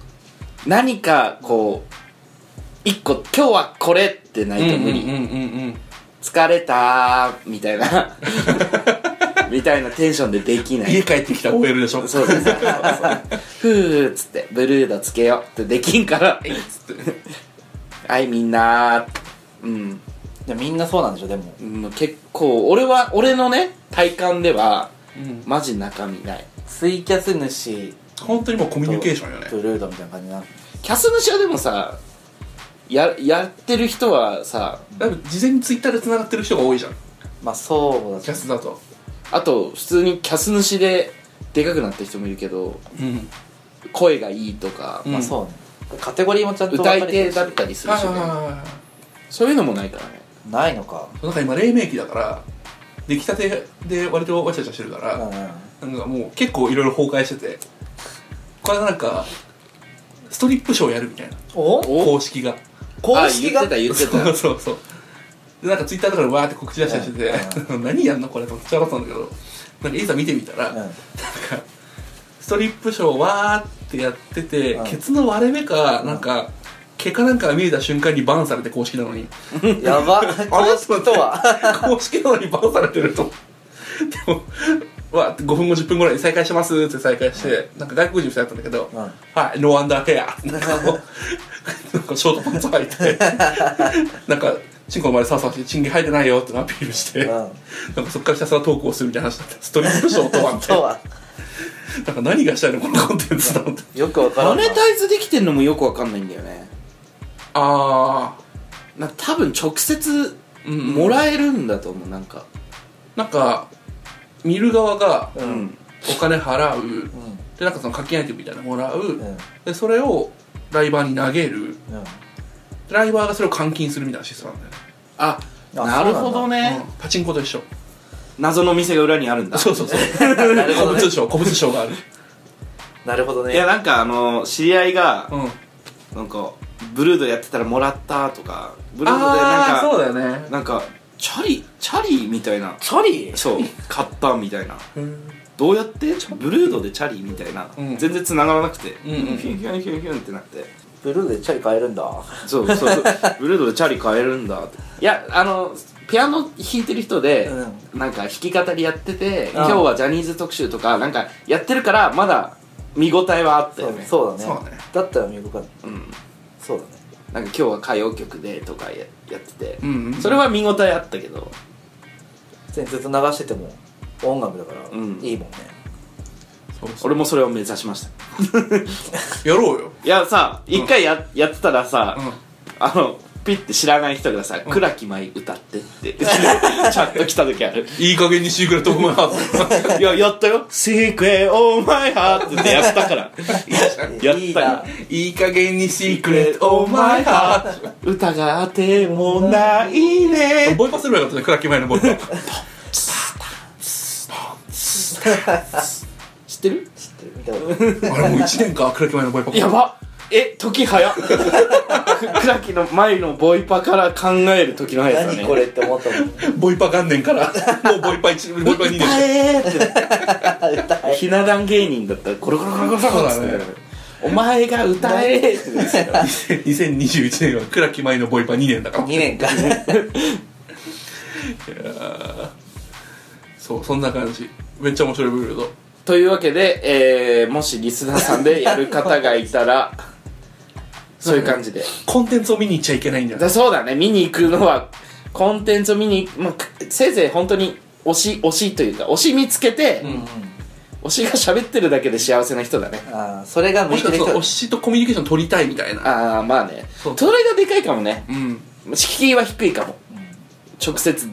[SPEAKER 3] 何かこう一個今日はこれってないと無理、
[SPEAKER 2] うんうんうん
[SPEAKER 3] 疲れたーみた いなみたいなテンションでできない
[SPEAKER 2] 家帰ってきた OL でしょ
[SPEAKER 3] そうそうそうそうふーっつってブルードつけようってできんから
[SPEAKER 2] えいっつって
[SPEAKER 3] はいみんなーうん
[SPEAKER 6] いやみんなそうなんでしょでも
[SPEAKER 3] うん結構俺は俺のね体感では
[SPEAKER 2] うん
[SPEAKER 3] マジ中身ない
[SPEAKER 6] ツイキャス主
[SPEAKER 2] 本当にもうコミュニケーションよね
[SPEAKER 6] ブルードみたいな感じになる
[SPEAKER 3] キャス主はでもさややってる人はさ
[SPEAKER 2] だいぶ事前にツイッターで繋がってる人が多いじゃん
[SPEAKER 6] まあそうだ
[SPEAKER 2] キャスだと
[SPEAKER 3] あと普通にキャス主ででかくなった人もいるけど
[SPEAKER 2] うん
[SPEAKER 3] 声がいいとか、
[SPEAKER 2] うん
[SPEAKER 6] まあそうねカテゴリーもちゃんと分か
[SPEAKER 3] 歌
[SPEAKER 6] れて
[SPEAKER 3] い手
[SPEAKER 6] るし
[SPEAKER 3] だったりする
[SPEAKER 2] はい
[SPEAKER 3] 人
[SPEAKER 2] はいはい
[SPEAKER 3] ね
[SPEAKER 2] は
[SPEAKER 3] そういうのもないからね
[SPEAKER 6] ないのか
[SPEAKER 2] いなんか今黎明期だから出来たてで割とわちゃわちゃしてるから、
[SPEAKER 6] う
[SPEAKER 2] なんかもう結構いろいろ崩壊しててこれがなんかストリップショーやるみたいなん
[SPEAKER 6] お
[SPEAKER 2] 公式が
[SPEAKER 6] 公式が
[SPEAKER 3] あ言ってた 言
[SPEAKER 2] そ
[SPEAKER 3] っ
[SPEAKER 2] うそ
[SPEAKER 3] て
[SPEAKER 2] うそうでなんかツイッターとかでわーって告知出したりしてて
[SPEAKER 6] う
[SPEAKER 2] 何やんのこれと思って笑ったんだけどなんかいざ見てみたら、
[SPEAKER 6] うん
[SPEAKER 2] ストリップショーわーってやってて、
[SPEAKER 6] うん
[SPEAKER 2] ケツの割れ目か、なんか毛かなんかが見えた瞬間にバンされて公式なのに
[SPEAKER 6] やば公式とは
[SPEAKER 2] 公式なのにバンされてるとでもわーって5分後10分ぐらいに再開しますって再開して、なんか外国人の人だったんだけど、
[SPEAKER 6] うん
[SPEAKER 2] はい、ノーアンダーヘア。なんかもう、なんかショートパンツ履い て、なんか、チンコの前でサーサーして、チンゲ履いてないよってアピールして、
[SPEAKER 6] う
[SPEAKER 2] なん
[SPEAKER 6] ん
[SPEAKER 2] かそっからひたすらトークをするみたいな話だった。ストリップショーとはみたい
[SPEAKER 6] と
[SPEAKER 2] な。
[SPEAKER 6] は
[SPEAKER 2] なんか何がしたいのこのコンテンツだって。
[SPEAKER 6] よくわ から
[SPEAKER 3] マ
[SPEAKER 6] ん
[SPEAKER 3] ネ
[SPEAKER 6] な
[SPEAKER 3] タイズできてんのもよくわかんないんだよね
[SPEAKER 2] あ
[SPEAKER 3] なんか多分直接
[SPEAKER 2] ー、うん、
[SPEAKER 3] もらえるんだと思うなんか
[SPEAKER 2] なんか、見る側が
[SPEAKER 6] う
[SPEAKER 3] うん
[SPEAKER 2] お金払う、
[SPEAKER 6] うん
[SPEAKER 2] で、なんかその課金アイテムみたいなのもらう、
[SPEAKER 6] うん
[SPEAKER 2] で、それをライバーに投げる、
[SPEAKER 6] うん
[SPEAKER 2] でライバーがそれを換金するみたいなシステムなんだよね。
[SPEAKER 3] あ
[SPEAKER 6] あ
[SPEAKER 3] なるほどね、
[SPEAKER 2] うんパチンコと一緒。
[SPEAKER 3] 謎の店が裏にあるんだ
[SPEAKER 2] そうそうそう。
[SPEAKER 6] なるほ
[SPEAKER 2] 古
[SPEAKER 6] どね
[SPEAKER 2] 物商、古物商がある。
[SPEAKER 6] なるほど
[SPEAKER 3] いや
[SPEAKER 6] ね
[SPEAKER 3] なんかあの知り合いが
[SPEAKER 2] うん。
[SPEAKER 3] なんかブルードやってたらもらったとかブルードで
[SPEAKER 2] あ
[SPEAKER 3] なん
[SPEAKER 2] あーそ
[SPEAKER 3] か
[SPEAKER 2] うだよね
[SPEAKER 3] なんかチャリチャリみたいな
[SPEAKER 6] チャリ
[SPEAKER 3] そう買ったみたいなどうやってブルードでチャリみたいな、
[SPEAKER 2] うん
[SPEAKER 3] 全然繋がらなくて、
[SPEAKER 2] うんうん
[SPEAKER 3] ヒュンヒュンヒュンヒュンってなって
[SPEAKER 6] ブルーでチャリ買えるんだ
[SPEAKER 3] そうそう そうブルードでチャリ買えるんだっていやあのピアノ弾いてる人で、
[SPEAKER 6] う
[SPEAKER 3] なんか弾き語りやってて
[SPEAKER 6] あ
[SPEAKER 3] 今
[SPEAKER 6] あ
[SPEAKER 3] 日はジャニーズ特集とかなんかやってるからまだ見応えはあった
[SPEAKER 6] そ
[SPEAKER 3] よ
[SPEAKER 6] う
[SPEAKER 3] ね
[SPEAKER 6] そうだ
[SPEAKER 2] そう
[SPEAKER 6] ね
[SPEAKER 2] ね
[SPEAKER 6] だったら見るか
[SPEAKER 3] うん、
[SPEAKER 6] そうだね
[SPEAKER 3] なんか今日は歌謡曲でとかややってて、
[SPEAKER 2] うんうん
[SPEAKER 3] それは見応えあったけど
[SPEAKER 6] 普通にずっと流してても音楽だから
[SPEAKER 3] うん
[SPEAKER 6] いいもんね
[SPEAKER 2] そう
[SPEAKER 3] 俺もそれを目指しました
[SPEAKER 2] やろうよ
[SPEAKER 3] いやさ一回や,、やってたらさ、
[SPEAKER 2] うん
[SPEAKER 3] あのピッて知らない人がさ「倉木舞歌って」って ちゃんと来た時ある
[SPEAKER 2] いい加減にシークレットオブマイハー
[SPEAKER 3] いややったよ「シークエオーマイハート」ってやった からや
[SPEAKER 1] いい
[SPEAKER 3] ったよ
[SPEAKER 1] ない
[SPEAKER 2] トいい加減にシークレットオブマイハート
[SPEAKER 3] 歌があてもないね
[SPEAKER 2] ボイパすればよかったねクラッキー前のボイパ
[SPEAKER 3] 知ってる
[SPEAKER 1] 知ってる見たこと
[SPEAKER 2] あれもう1年かクラッキー前のボイパ
[SPEAKER 3] やばえ時早っく倉木の舞のボイパから考える時の速さね
[SPEAKER 1] 何これって思ったもん
[SPEAKER 2] ボイパ元年からもうボイパ1ボイパ2年
[SPEAKER 3] えーってひな壇芸人だったらコロコロコロコロコロっつってたからお前が歌えーって言ってたから
[SPEAKER 2] 2021年はクラッキー前のボイパ2年だから
[SPEAKER 7] 2年か
[SPEAKER 2] そうそんな感じめっちゃ面白いブルード
[SPEAKER 3] というわけで、えー、もしリスナーさんでやる方がいたらそういう感じで
[SPEAKER 2] コンテンツを見に行っちゃいけないんだよ
[SPEAKER 3] だそうだね見に行くのはコンテンツを見に、まあ、くせいぜい本当に推し推しというか推し見つけて、推しが喋ってるだけで幸せな人だね
[SPEAKER 1] あーそれが
[SPEAKER 2] も
[SPEAKER 1] 向い
[SPEAKER 2] しか
[SPEAKER 1] てる
[SPEAKER 2] したら
[SPEAKER 1] 人
[SPEAKER 2] 推しとコミュニケーション取りたいみたいな
[SPEAKER 3] ああまあね
[SPEAKER 2] そう
[SPEAKER 3] それがでかいかもね
[SPEAKER 2] うん
[SPEAKER 3] 敷居は低いかも、直接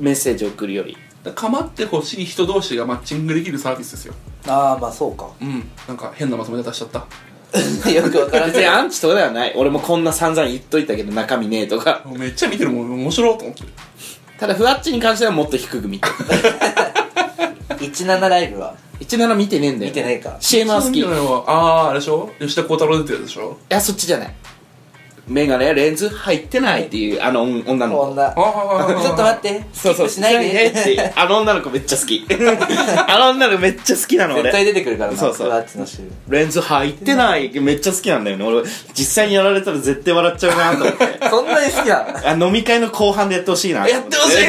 [SPEAKER 3] メッセージ送るより
[SPEAKER 2] だから構ってほしい人同士がマッチングできるサービスですよ
[SPEAKER 1] ああまあそうか
[SPEAKER 2] うんなんか変なまとめ方しちゃった
[SPEAKER 1] よくわからん
[SPEAKER 3] 別にアンチとかではない俺もこんな散々言っといたけど中身ねえとか
[SPEAKER 2] めっちゃ見てるもん面白いと思ってる
[SPEAKER 3] ただふわっちに関してはもっと低く見てる
[SPEAKER 1] 17ライブは
[SPEAKER 3] 17見てねえんだよ
[SPEAKER 1] 見てねえか
[SPEAKER 3] CM は好きい
[SPEAKER 2] そういうのはあああれでしょ吉田鋼太郎出てるやつでしょ
[SPEAKER 3] やそっちじゃないメガネレンズ入ってないっていうあの女の子
[SPEAKER 1] 女
[SPEAKER 2] ああ
[SPEAKER 1] ちょっと待って
[SPEAKER 3] そうそう
[SPEAKER 1] スキップしないで
[SPEAKER 3] しないでってあの女の子めっちゃ好きあの女の子めっちゃ好きなの
[SPEAKER 1] 絶
[SPEAKER 3] 俺
[SPEAKER 1] 対出てくるからな
[SPEAKER 3] そうそう
[SPEAKER 1] クワッチの週
[SPEAKER 3] レンズ入ってないめっちゃ好きなんだよね俺実際にやられたら絶対笑っちゃうなと思って
[SPEAKER 1] そんなに好きなの
[SPEAKER 3] あ飲み会の後半でやってほしいな
[SPEAKER 2] やってほしい絶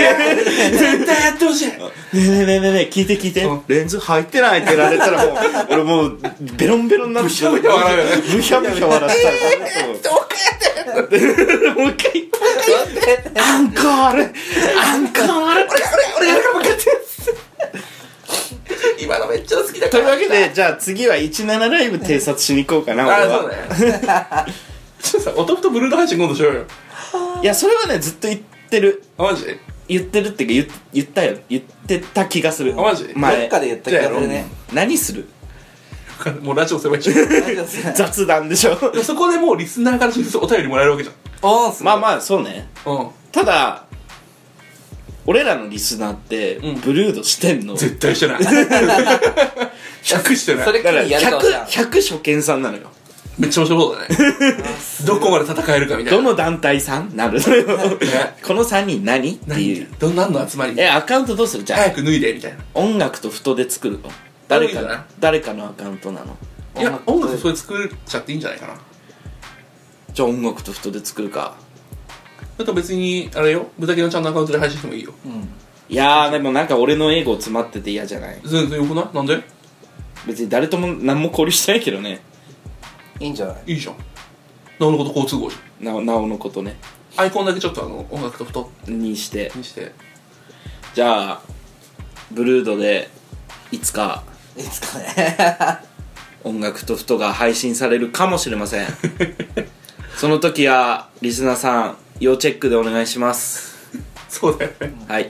[SPEAKER 2] 対やってほしい
[SPEAKER 3] ねえねえねえねえねえ聞いて聞いて
[SPEAKER 2] うん
[SPEAKER 3] レンズ入ってないって言われたらもう俺もうベロンベロンになってむしゃむしゃ
[SPEAKER 2] 笑うよ
[SPEAKER 3] むしゃむしゃ笑ったらもう一回アンコールアンコール俺俺俺やるからもう一回や
[SPEAKER 2] 今のめっちゃ好きだ
[SPEAKER 3] ってというわけでじゃあ次は17ライブ偵察しに行こうかな俺
[SPEAKER 2] ああそう
[SPEAKER 3] は
[SPEAKER 2] だねちょっとさ男とブルード配信今度しようよ
[SPEAKER 3] いやそれはねずっと言ってる
[SPEAKER 2] あマジ
[SPEAKER 3] 言ってるっていうか言言ったよ言ってた気がする
[SPEAKER 2] あマジ
[SPEAKER 3] 前
[SPEAKER 1] どっかで言った気がするね
[SPEAKER 3] 何する
[SPEAKER 2] もうラジオすればいいじゃんで
[SPEAKER 3] 雑談でし ょ
[SPEAKER 2] もそこでもうリスナーから直接お便りもらえるわけじ
[SPEAKER 1] おーす
[SPEAKER 3] まあまあそうね
[SPEAKER 2] ゃんうん
[SPEAKER 3] ただ俺らのリスナーって、
[SPEAKER 2] うん
[SPEAKER 3] ブルードしてんの
[SPEAKER 2] 絶対してない100してない
[SPEAKER 1] それ
[SPEAKER 3] だから
[SPEAKER 1] やるかもしれん
[SPEAKER 3] 100, 100初見さんなのよ
[SPEAKER 2] めっちゃ面白そうだねどこまで戦えるかみたい
[SPEAKER 3] ど
[SPEAKER 2] な
[SPEAKER 3] の団体さ んなるのよこの3人何って
[SPEAKER 2] 何み
[SPEAKER 3] いう
[SPEAKER 2] たいなどんなんの集まり
[SPEAKER 3] えアカウントどうするじゃあ
[SPEAKER 2] 早く脱いでみたいな
[SPEAKER 3] 音楽と太で作るの誰か
[SPEAKER 2] 多いんじゃない
[SPEAKER 3] 誰かのアカウントなの
[SPEAKER 2] いや音楽それ作っちゃっていいんじゃないかな
[SPEAKER 3] じゃあ音楽と太で作るか
[SPEAKER 2] あと別にあれよブタキのちゃんのアカウントで配信してもいいよ
[SPEAKER 3] いやーでもなんか俺の英語詰まってて嫌じゃない
[SPEAKER 2] 全然よくないなんで
[SPEAKER 3] 別に誰とも何も交流してないけどね
[SPEAKER 1] いいんじゃない
[SPEAKER 2] いいじゃんなおのこと好都合じ
[SPEAKER 3] なおなおのことね
[SPEAKER 2] ゃんアイコンだけちょっとあの音楽と太っ
[SPEAKER 3] にして
[SPEAKER 2] にして
[SPEAKER 3] じゃあブルードでいつか
[SPEAKER 1] いつかね
[SPEAKER 3] 音楽と太が配信されるかもしれま せんその時はリスナーさん要チェックでお願いします
[SPEAKER 2] そうだよね
[SPEAKER 3] はい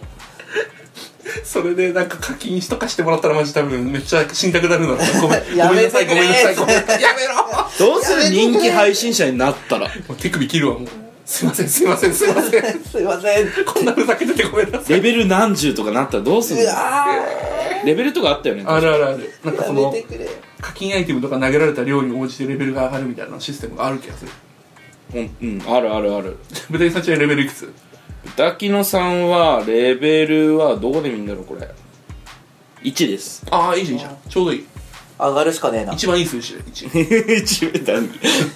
[SPEAKER 2] それでなんか課金しとかしてもらったらマジ多分めっちゃ死にたくなるんだろうごめ ん
[SPEAKER 1] や
[SPEAKER 2] ごめん
[SPEAKER 1] め
[SPEAKER 2] なさい
[SPEAKER 1] てく
[SPEAKER 2] ご
[SPEAKER 1] れ
[SPEAKER 2] めんなさいごめんなさ いやめろ
[SPEAKER 3] どうする人気配信者になったら
[SPEAKER 2] もう手首切るわもうすいませんすいませんすいません
[SPEAKER 1] すいません
[SPEAKER 2] こんなふざけててごめんなさい
[SPEAKER 3] レベル何十とかなったらどうするのレベルとかあったよね
[SPEAKER 2] あるあるあるなんかそ
[SPEAKER 1] や
[SPEAKER 2] の
[SPEAKER 1] めてくれ
[SPEAKER 2] 課金アイテムとか投げられた量に応じてレベルが上がるみたいなシステムがある気がする
[SPEAKER 3] うん、うん、あるあるある
[SPEAKER 2] ブタキさんちはレベルいくつ
[SPEAKER 3] 豚キノさんはレベルはどこで見るんだろうこれ1です
[SPEAKER 2] ああいいじゃんいいじゃんちょうどいい
[SPEAKER 1] 上がるしかねえな
[SPEAKER 2] 一番いい数字で1
[SPEAKER 3] 1だ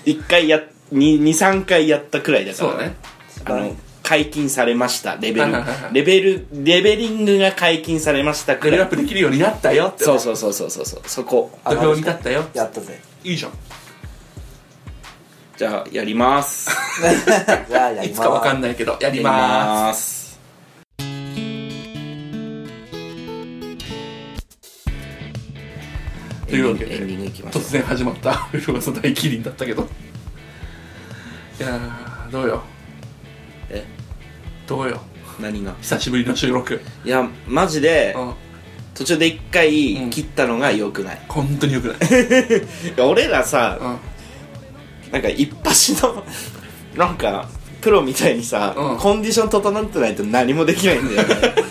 [SPEAKER 3] 1回や23回やったくらいだか
[SPEAKER 2] そ
[SPEAKER 3] ら
[SPEAKER 2] うだね
[SPEAKER 3] あの解禁されましたレベ
[SPEAKER 2] はい
[SPEAKER 3] ル
[SPEAKER 2] はいはい
[SPEAKER 3] レベルレベリングが解禁されました
[SPEAKER 2] レ
[SPEAKER 3] く
[SPEAKER 2] ベル
[SPEAKER 3] ら
[SPEAKER 2] アッ
[SPEAKER 3] い
[SPEAKER 2] プできるようになったよって
[SPEAKER 3] そうそうそうそうそうそうそこ
[SPEAKER 2] 土俵に立ったよ
[SPEAKER 1] やったぜ
[SPEAKER 2] いいじゃん
[SPEAKER 3] じゃあやります
[SPEAKER 1] じゃあやり
[SPEAKER 2] い
[SPEAKER 1] ま
[SPEAKER 2] つかわかん
[SPEAKER 1] い
[SPEAKER 2] ないけどやり
[SPEAKER 3] や
[SPEAKER 2] まーす
[SPEAKER 3] す
[SPEAKER 2] とというわけ
[SPEAKER 3] エンディング
[SPEAKER 2] で
[SPEAKER 3] いきましょう
[SPEAKER 2] 突然始まった「ウルフの大麒麟」だったけどいやーどうよ
[SPEAKER 3] え
[SPEAKER 2] どうよ
[SPEAKER 3] 何が
[SPEAKER 2] 久しぶりの収録
[SPEAKER 3] いやマジで
[SPEAKER 2] うん
[SPEAKER 3] 途中で一
[SPEAKER 2] う
[SPEAKER 3] 回
[SPEAKER 2] ん
[SPEAKER 3] 切ったのが良くない、
[SPEAKER 2] 本当によくない、
[SPEAKER 3] いや俺らさ
[SPEAKER 2] うん、
[SPEAKER 3] なんか一発のなんかプロみたいにさ、
[SPEAKER 2] うん
[SPEAKER 3] コンディション整ってないと何もできないんだ よね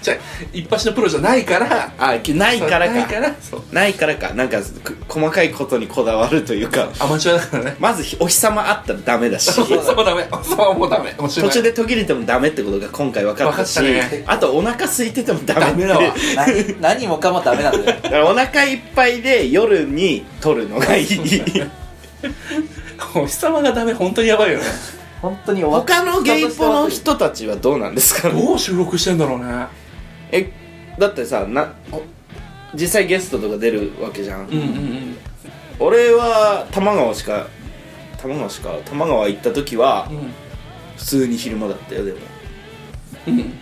[SPEAKER 2] じゃあ一発のプロじゃないから
[SPEAKER 3] あないからか
[SPEAKER 2] ないからそう
[SPEAKER 3] ないからかなんかく細かいことにこだわるというか
[SPEAKER 2] アマチュアだからね
[SPEAKER 3] まずひお日様あったらダメだし
[SPEAKER 2] そうそうダメそうもうダメもうし
[SPEAKER 3] 途中
[SPEAKER 2] で
[SPEAKER 3] で途切れてもダメってことが今回分かったし
[SPEAKER 2] 分かったね
[SPEAKER 3] あとお腹空いててもダメ
[SPEAKER 2] ダ
[SPEAKER 3] って
[SPEAKER 2] メだわ
[SPEAKER 6] 何何もかもダメなんだよ
[SPEAKER 3] だからお腹いっぱいで夜に撮る のがいい
[SPEAKER 2] お日様がダメ本当にやばいよね
[SPEAKER 6] 本当に終わっ
[SPEAKER 3] 他のゲイポの人たちはどうなんですか
[SPEAKER 2] どう収録してんだろうね
[SPEAKER 3] えだってさなお実際ゲストとか出るわけじゃん、
[SPEAKER 2] うんうん
[SPEAKER 3] 俺は多摩川しか多摩川しか多摩川行った時は
[SPEAKER 2] うん
[SPEAKER 3] 普通に昼間だったよでも
[SPEAKER 2] うん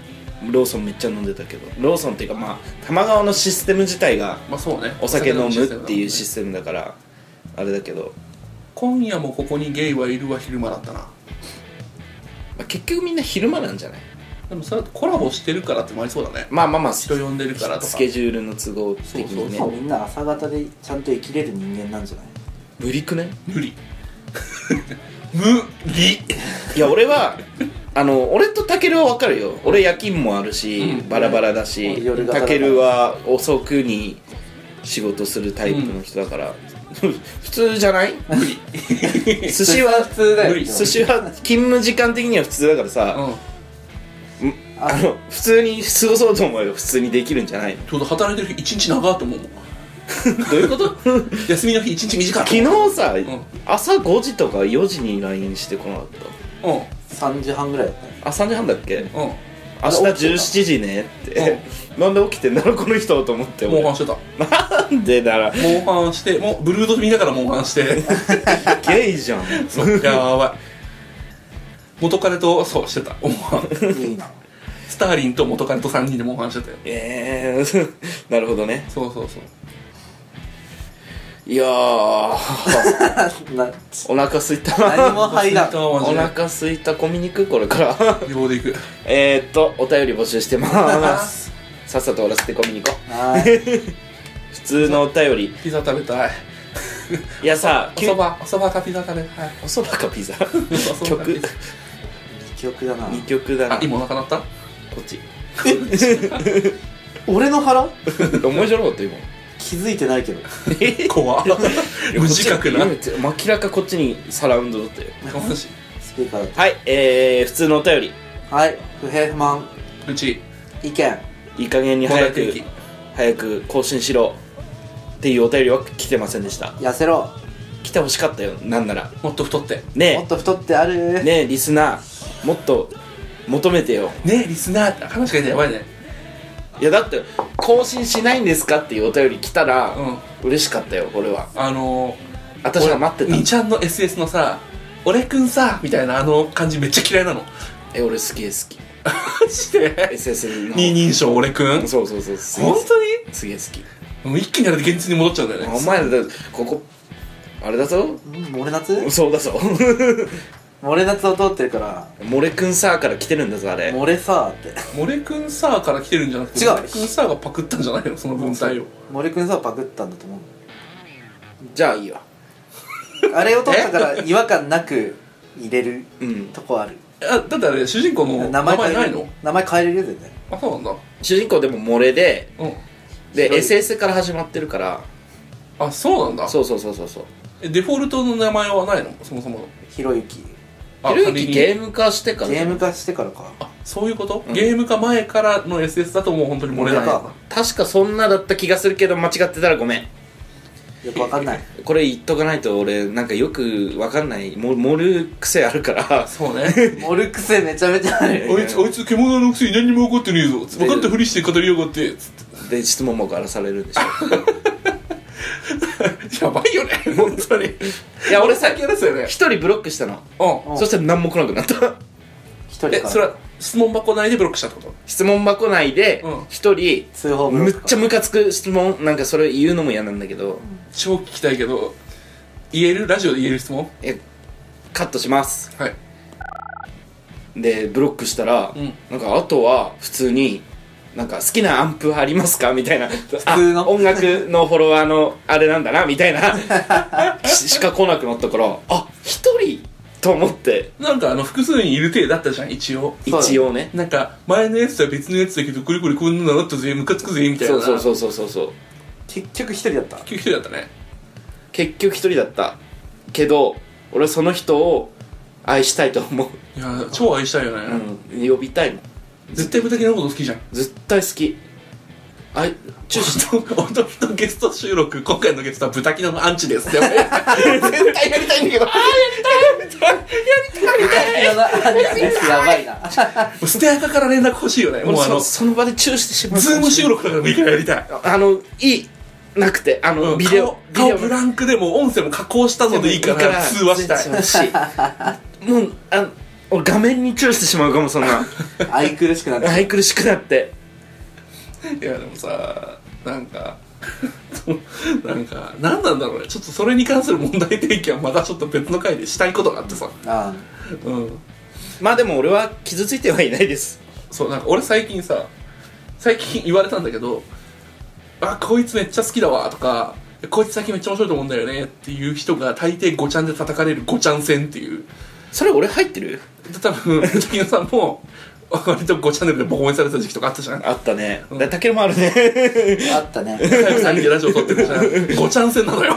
[SPEAKER 2] うん
[SPEAKER 3] ローソンめっちゃ飲んでたけどローソンっていうかまあ多摩川のシステム自体が
[SPEAKER 2] まあそうね
[SPEAKER 3] お酒飲むっていうシ
[SPEAKER 2] ステム
[SPEAKER 3] ステムだからあれだけど、
[SPEAKER 2] 今夜もここにゲイはいるは昼間だったな
[SPEAKER 3] まあ、結局みんな昼間なんじゃない
[SPEAKER 2] でもそれだとコラボしてるからってもありそうだね
[SPEAKER 3] まあまあまあ
[SPEAKER 2] 人呼んでるからとか
[SPEAKER 3] スケジュールの都合的にね
[SPEAKER 6] たもうみんな朝方でちゃんと生きれる人間なんじゃない
[SPEAKER 3] 無理くね
[SPEAKER 2] 無理無理
[SPEAKER 3] いや俺は あの俺とタケルは分かるよ俺夜勤もあるし、
[SPEAKER 2] うん
[SPEAKER 3] バラバラだし
[SPEAKER 6] 夜型だから
[SPEAKER 3] タケルは遅くに仕事するタイプの人だから、普通じゃない
[SPEAKER 2] 無理
[SPEAKER 3] 寿司は
[SPEAKER 6] 普通だよ
[SPEAKER 2] 無理
[SPEAKER 3] 寿司は勤務時間的には普通だから
[SPEAKER 2] う
[SPEAKER 3] さ、
[SPEAKER 2] ん
[SPEAKER 3] あの普通に過ごそうと思えば普通にできるんじゃないの
[SPEAKER 2] ちょうど働いてる日一日長いと思うもん
[SPEAKER 3] どういうこと
[SPEAKER 2] 休みの日一日短い
[SPEAKER 3] 昨日さ、
[SPEAKER 2] ん
[SPEAKER 3] 朝5時とか4時に LINE してこなかっ
[SPEAKER 2] うん
[SPEAKER 6] 3時半ぐらいだ ったよ
[SPEAKER 3] たあ3時半だっけ
[SPEAKER 2] うん
[SPEAKER 3] 明日17時ねって、 なんで起きてんだろうこの人と思って
[SPEAKER 2] モ
[SPEAKER 3] 俺
[SPEAKER 2] ンハンしてた
[SPEAKER 3] なんでなら
[SPEAKER 2] モンハンしてもうブルード見ながらモンハンして
[SPEAKER 3] ゲイじゃん
[SPEAKER 2] そうやばい元彼とそうしてたモンハン
[SPEAKER 6] いいな
[SPEAKER 2] スターリンと元彼と3人でモンハンしてたよ
[SPEAKER 3] えー、 なるほどね
[SPEAKER 2] そうそうそう
[SPEAKER 3] い やー
[SPEAKER 6] な
[SPEAKER 3] お腹すいた
[SPEAKER 6] 何も入 らん
[SPEAKER 2] ツイッターはマジ
[SPEAKER 3] お
[SPEAKER 2] で
[SPEAKER 3] 腹すいたコミニクこれから
[SPEAKER 2] 秒で行く
[SPEAKER 3] えーっとお便り募集して ますさっさと終わらせてコミニコ
[SPEAKER 6] はい
[SPEAKER 3] 普通のお便り
[SPEAKER 2] ピザ食べたい
[SPEAKER 3] いやさ
[SPEAKER 2] お
[SPEAKER 3] きゅ
[SPEAKER 2] そばおそばかピザ食べたい
[SPEAKER 3] おそばかピザ
[SPEAKER 2] おそばかピ
[SPEAKER 3] 曲
[SPEAKER 2] ザ
[SPEAKER 6] 記憶だな
[SPEAKER 3] 2曲だな
[SPEAKER 2] あ
[SPEAKER 3] こ
[SPEAKER 2] 今お腹鳴った
[SPEAKER 3] っち
[SPEAKER 6] 俺の腹
[SPEAKER 3] 面白かった今
[SPEAKER 6] 気づいてないけど
[SPEAKER 2] 怖っ無自覚な
[SPEAKER 3] こっちいや明らかこっちにサラウンドだったよ
[SPEAKER 2] マジ
[SPEAKER 6] スピーカーだと
[SPEAKER 3] はいえー、普通のお便り
[SPEAKER 6] はい不平不満
[SPEAKER 2] うち
[SPEAKER 6] 意見
[SPEAKER 3] いい加減に
[SPEAKER 2] 問
[SPEAKER 3] 早
[SPEAKER 2] 題提
[SPEAKER 3] く
[SPEAKER 2] 起
[SPEAKER 3] 早く更新しろっていうお便りは来てませんでした
[SPEAKER 6] 痩せろ
[SPEAKER 3] 来てほしかったよなんなら
[SPEAKER 2] もっと太って
[SPEAKER 6] も
[SPEAKER 3] ね
[SPEAKER 6] っと太ってある
[SPEAKER 3] えねえリスナーもっと求めてよ
[SPEAKER 2] ねえリスナーって話がやばいね
[SPEAKER 3] いやだって更新しないんですかっていうお便り来たら、
[SPEAKER 2] うん
[SPEAKER 3] 嬉しかったよ俺は
[SPEAKER 2] あのー、
[SPEAKER 3] 私は待ってた
[SPEAKER 2] 2ちゃんの SS のさ「俺くんさ」みたいなあの感じめっちゃ嫌いなの
[SPEAKER 3] え俺好き好き
[SPEAKER 2] マジで
[SPEAKER 3] SS の
[SPEAKER 2] 二人称俺くん
[SPEAKER 3] そうそうそうすげえ
[SPEAKER 2] 本
[SPEAKER 3] 好
[SPEAKER 2] 当
[SPEAKER 3] きすげえ好き
[SPEAKER 2] にもう一気にあれで現実に戻っちゃうんだよ
[SPEAKER 3] あお
[SPEAKER 2] ね
[SPEAKER 3] 前らだここあれだぞ
[SPEAKER 6] うんモレナツ
[SPEAKER 3] そうだぞ
[SPEAKER 6] モレナツを通ってるから
[SPEAKER 3] モレくんさーから来てるんだぞあれ
[SPEAKER 6] モレさーって
[SPEAKER 2] 「俺くんさ」から来てるんじゃなくて
[SPEAKER 6] 違う
[SPEAKER 2] 俺くんさ」がパクったんじゃないのその文体を
[SPEAKER 6] モレくんさーパクったんだと思う
[SPEAKER 3] じゃあいいわ
[SPEAKER 6] あれを取ったから違和感なく入れる
[SPEAKER 3] うん
[SPEAKER 6] とこある
[SPEAKER 2] あだってあれ主人公の名
[SPEAKER 6] 名前変
[SPEAKER 2] 前
[SPEAKER 6] え
[SPEAKER 2] ない
[SPEAKER 6] れる
[SPEAKER 2] の
[SPEAKER 6] 名前変えれるよ絶対
[SPEAKER 2] あそうなんだ
[SPEAKER 3] 主人公でもモレで
[SPEAKER 2] うん
[SPEAKER 3] で
[SPEAKER 6] 白い
[SPEAKER 3] SS から始まってるから
[SPEAKER 2] あそうなんだ
[SPEAKER 3] そうそうそうそうそう
[SPEAKER 2] えデフォルトの名前はないのそもそも
[SPEAKER 6] ひろゆき
[SPEAKER 2] あ
[SPEAKER 3] ひろゆ
[SPEAKER 2] 仮
[SPEAKER 3] き
[SPEAKER 2] に
[SPEAKER 3] ゲーム化してから
[SPEAKER 6] ゲーム化してからか
[SPEAKER 2] あそういうこと、
[SPEAKER 3] うん
[SPEAKER 2] ゲーム化前からの SS だともう本当に漏れない
[SPEAKER 6] 俺か
[SPEAKER 3] 確かそんなだった気がするけど間違ってたらごめん
[SPEAKER 6] よくわかんない
[SPEAKER 3] これ言っとかないと俺なんかよくわかんないモモる癖あ るから
[SPEAKER 2] そうね
[SPEAKER 6] モルクセめちゃめちゃある
[SPEAKER 2] あいつ、あいつ獣のくせに何にも分かってねえぞ。分かったふりして語りやがって。つっ
[SPEAKER 3] で質問も荒らされるんでしょ
[SPEAKER 2] てやば いよね、本当に。
[SPEAKER 3] いや俺さ
[SPEAKER 2] 先やですよね。
[SPEAKER 3] 一人ブロックしたの
[SPEAKER 2] う
[SPEAKER 3] そしたら何も来なくなった
[SPEAKER 6] 一
[SPEAKER 2] ん。え
[SPEAKER 6] 人、か
[SPEAKER 2] それ
[SPEAKER 6] ら
[SPEAKER 2] は、質問箱内でブロックしたってこ
[SPEAKER 3] 質問箱内で
[SPEAKER 2] うん
[SPEAKER 3] 一人、
[SPEAKER 1] 通報
[SPEAKER 3] むっちゃムカつく質問なんかそれ言うのも嫌なんだけど、
[SPEAKER 2] と超聞きたいけど言えるラジオで言える質問
[SPEAKER 3] えカットします
[SPEAKER 2] はい
[SPEAKER 3] でブロックしたら、
[SPEAKER 2] うん
[SPEAKER 3] なんかあとは普通になんか好きなアンプありますかみたいな
[SPEAKER 1] 通の
[SPEAKER 3] あ音楽のフォロワーのあれなんだなみたいなししか来なくなったからあ一人と思って
[SPEAKER 2] なんかあの複数人いる体だったじゃん一応
[SPEAKER 1] そうだね
[SPEAKER 3] 一応ね
[SPEAKER 2] なんか前のやつとは別のやつだけどこれこれこんなのあったぜムカつくぜみたいな
[SPEAKER 3] そうそうそうそうそうそう
[SPEAKER 1] 結局一人だった
[SPEAKER 2] 結局一人だったね
[SPEAKER 3] 結局一人だったけど俺はその人を愛したいと思う、
[SPEAKER 2] いやー超愛したいよね、
[SPEAKER 3] うん、呼びたいもん
[SPEAKER 2] 絶対無敵のこと好きじゃん
[SPEAKER 3] 絶対好きあい
[SPEAKER 2] ちょっと、おとのゲスト収録、今回のゲストはブタキノのアンチです。や ばい
[SPEAKER 3] 絶対やりたいんだ けど
[SPEAKER 1] やばいな
[SPEAKER 2] もうステアカから連絡欲しいよね。も
[SPEAKER 3] も
[SPEAKER 2] う
[SPEAKER 3] う
[SPEAKER 2] あの、
[SPEAKER 3] そ
[SPEAKER 2] ズ
[SPEAKER 3] その場でチューしてしまうかもしれ
[SPEAKER 2] ー
[SPEAKER 3] ない
[SPEAKER 2] ム収録とかでもいいからやりたい。
[SPEAKER 3] あの、いい、なくて、あの、
[SPEAKER 2] うん
[SPEAKER 3] ビデオ、
[SPEAKER 2] 顔
[SPEAKER 3] ビ
[SPEAKER 2] 顔
[SPEAKER 3] デオ
[SPEAKER 2] ブランクでも音声も加工したのでいいから通話したい。
[SPEAKER 3] い。 もう、あ俺画面にチューしてしまうかも、そん な。
[SPEAKER 1] 愛くるしくなっちゃう
[SPEAKER 3] 愛苦しくなって。
[SPEAKER 2] いや、でもさ、なんか、 なんか、なんなんだろうね。ちょっとそれに関する問題提起はまたちょっと別の回でしたいことがあってさ。
[SPEAKER 1] あ
[SPEAKER 2] うん。
[SPEAKER 3] まあでも俺は傷ついてはいないです。
[SPEAKER 2] そう、なんか俺最近さ、最近言われたんだけど、あ、こいつめっちゃ好きだわとか、こいつ最近めっちゃ面白いと思うんだよねっていう人が大抵5ちゃんで叩かれる5ちゃん戦っていう。
[SPEAKER 3] それ俺入ってる
[SPEAKER 2] で多分、滝野さんも、割と5チャンネルでボコボコにされてた時期とかあったじゃん。
[SPEAKER 3] あったね。
[SPEAKER 2] うん
[SPEAKER 3] だたけるもある ね。
[SPEAKER 1] ああったね
[SPEAKER 2] さんでラジオ撮ってるじゃん。5ちゃん戦なのよ。
[SPEAKER 3] あ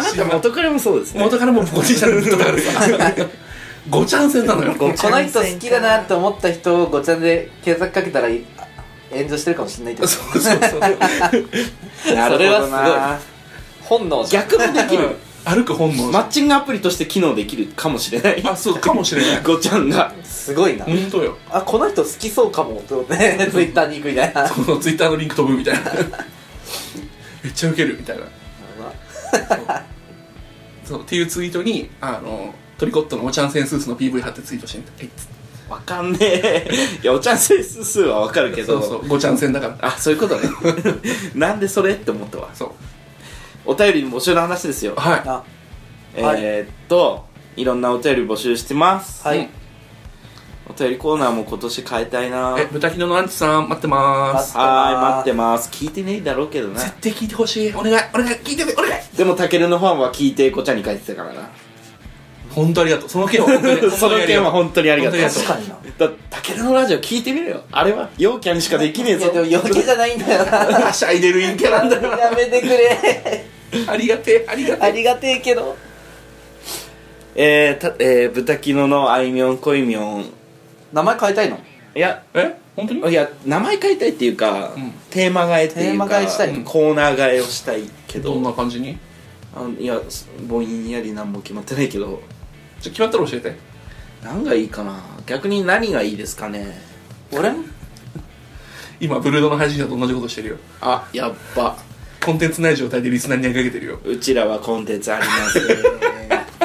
[SPEAKER 3] なた元彼もそうですね。
[SPEAKER 2] 元からもうボコボコにされてたからさ。5ちゃん戦なのよ。
[SPEAKER 1] この人好きだなと思った人をごちゃんで検索かけたらい炎上してるかもしれないけどそ
[SPEAKER 2] そうそうそう。
[SPEAKER 3] な
[SPEAKER 1] れはすごい本能じゃん
[SPEAKER 3] 逆もできる。
[SPEAKER 2] 歩く本能じ
[SPEAKER 3] マ
[SPEAKER 2] ゃん
[SPEAKER 3] ッチングアプリとして機能できるかもしれない。
[SPEAKER 2] あ、そうかもしれない。
[SPEAKER 3] ごちゃんが。
[SPEAKER 1] すごいな
[SPEAKER 2] 本当よ。
[SPEAKER 1] あこの人好きそうかもって思って ツイッターに行くみたいな
[SPEAKER 2] このツイッターのリンク飛ぶみたいな。 めっちゃウケるみたいな。そう。っていうツイートに、あの、トリコットのおちゃんセンスースの PV 貼ってツイートしてみた。えい
[SPEAKER 3] わかんねえ。いや、お茶センス数はわかるけ
[SPEAKER 2] そ
[SPEAKER 3] ど。
[SPEAKER 2] うそう、5ちゃん戦だから。
[SPEAKER 3] あそういうことねなんでそれって思ったわ
[SPEAKER 2] そ
[SPEAKER 3] お便り募集の話ですよ
[SPEAKER 2] う。はい。
[SPEAKER 1] あはい
[SPEAKER 3] えー、っといろんなお便り募集してます、
[SPEAKER 1] は
[SPEAKER 2] うん
[SPEAKER 1] い
[SPEAKER 3] お便りコーナーも今年変えたいな
[SPEAKER 2] え、豚ヒノのアンチさん、待ってまーす。
[SPEAKER 3] はーい待ってます聞いてねえだろうけどな
[SPEAKER 2] 絶対聞いてほしい。お願い、お願い、聞いてみ、お願い。
[SPEAKER 3] でもたけるのファンは聞いてこちゃんに書いてたからな
[SPEAKER 2] 本当ありがとう。その件は本当に
[SPEAKER 3] その件は
[SPEAKER 2] 本
[SPEAKER 3] 本当にありがとう
[SPEAKER 2] 本当
[SPEAKER 1] 確かにな
[SPEAKER 3] だたけるのラジオ聞いてみろよあれは陽キャにしかできねえ
[SPEAKER 1] い
[SPEAKER 3] ぞ
[SPEAKER 1] やでも余計じゃないんだよ
[SPEAKER 2] 当
[SPEAKER 1] な
[SPEAKER 2] に。はしゃいでる陰キャなんだよ。
[SPEAKER 1] やめてく れ
[SPEAKER 2] ありがてえ、ありがて
[SPEAKER 1] ありがてえけど
[SPEAKER 3] えー、たえー、豚キノのあいみょんこいみょん
[SPEAKER 1] 名前変えたいの
[SPEAKER 3] いや
[SPEAKER 2] え。え本当に
[SPEAKER 3] いや名前変えたいっていうか、
[SPEAKER 2] うん
[SPEAKER 3] テーマ変えっていうか
[SPEAKER 1] テーマ変えしたい
[SPEAKER 3] うんコーナー変えをしたいけど
[SPEAKER 2] どんな感じに
[SPEAKER 3] あのいやすぼんやり何も決まってないけど
[SPEAKER 2] じゃ、決まったら教えて。
[SPEAKER 3] 何がいいかな逆に何がいいですかね
[SPEAKER 1] 俺
[SPEAKER 2] 今、ブルードの配信者と同じことしてるよ。
[SPEAKER 3] あやっぱ
[SPEAKER 2] コンテンツない状態でリスナーに投げかけてるよ。
[SPEAKER 3] うちらはコンテンツあります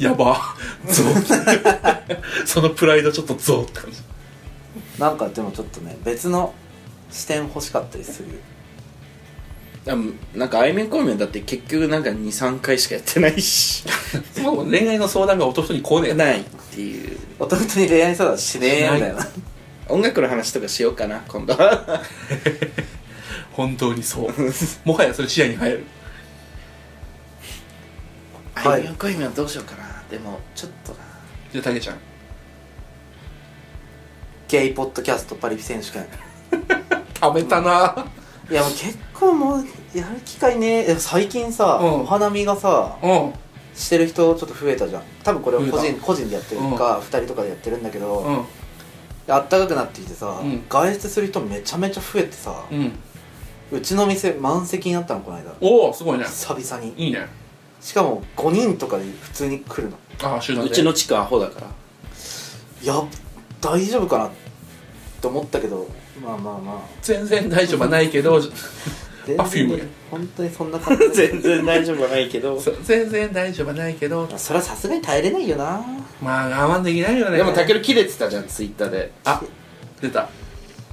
[SPEAKER 2] やば。ゾウ。 そのプライドちょっとゾウって感じ。
[SPEAKER 1] なんかでもちょっとね別の視点欲しかったりする
[SPEAKER 3] でもなんかあいみょんこいみょんだって結局なんか23回しかやってないし
[SPEAKER 2] そもそも恋愛の相談が弟に来ねえ。
[SPEAKER 3] ないっていう
[SPEAKER 1] 弟に恋愛相談しねえよみたいな
[SPEAKER 3] 音楽の話とかしようかな今度は
[SPEAKER 2] 本当に そう。もはやそれ視野に入る。
[SPEAKER 1] はい
[SPEAKER 3] あいみょんこいみょんどうしようかなでもちょっとな
[SPEAKER 2] じゃあ、たけちゃん。
[SPEAKER 1] ゲイポッドキャストパリピ選手権
[SPEAKER 2] 食べたな。
[SPEAKER 1] いやもう結構もうやる機会ねでも最近さ、
[SPEAKER 2] うん
[SPEAKER 1] お花見がさ
[SPEAKER 2] うん。
[SPEAKER 1] してる人ちょっと増えたじゃん多分これは個
[SPEAKER 2] 増え
[SPEAKER 1] 人個人でやってるか、二2人とかでやってるんだけど、
[SPEAKER 2] うん。
[SPEAKER 1] あったかくなってきてさ、
[SPEAKER 2] うん
[SPEAKER 1] 外出する人めちゃめちゃ増えてさ、
[SPEAKER 2] うん。
[SPEAKER 1] うちの店満席になったのこの間
[SPEAKER 2] おお、すごいね。
[SPEAKER 1] 久々に
[SPEAKER 2] いいね。
[SPEAKER 1] しかも5人とかで普通に来るの
[SPEAKER 2] ああ、集団
[SPEAKER 3] う
[SPEAKER 2] で。
[SPEAKER 3] ちの地区アホだから
[SPEAKER 1] いや大丈夫かなって思ったけどまあまあま
[SPEAKER 2] 全然大丈夫はないけど
[SPEAKER 1] あ全
[SPEAKER 2] Perfume や
[SPEAKER 1] 然本当にそんな 感じ
[SPEAKER 3] 全然大丈夫はないけど
[SPEAKER 2] そう全然大丈夫はないけど
[SPEAKER 1] それはさすがに耐えれないよな
[SPEAKER 2] まあ我慢できないよね
[SPEAKER 3] でもたける切れてたじゃんツイッターで
[SPEAKER 2] あ出た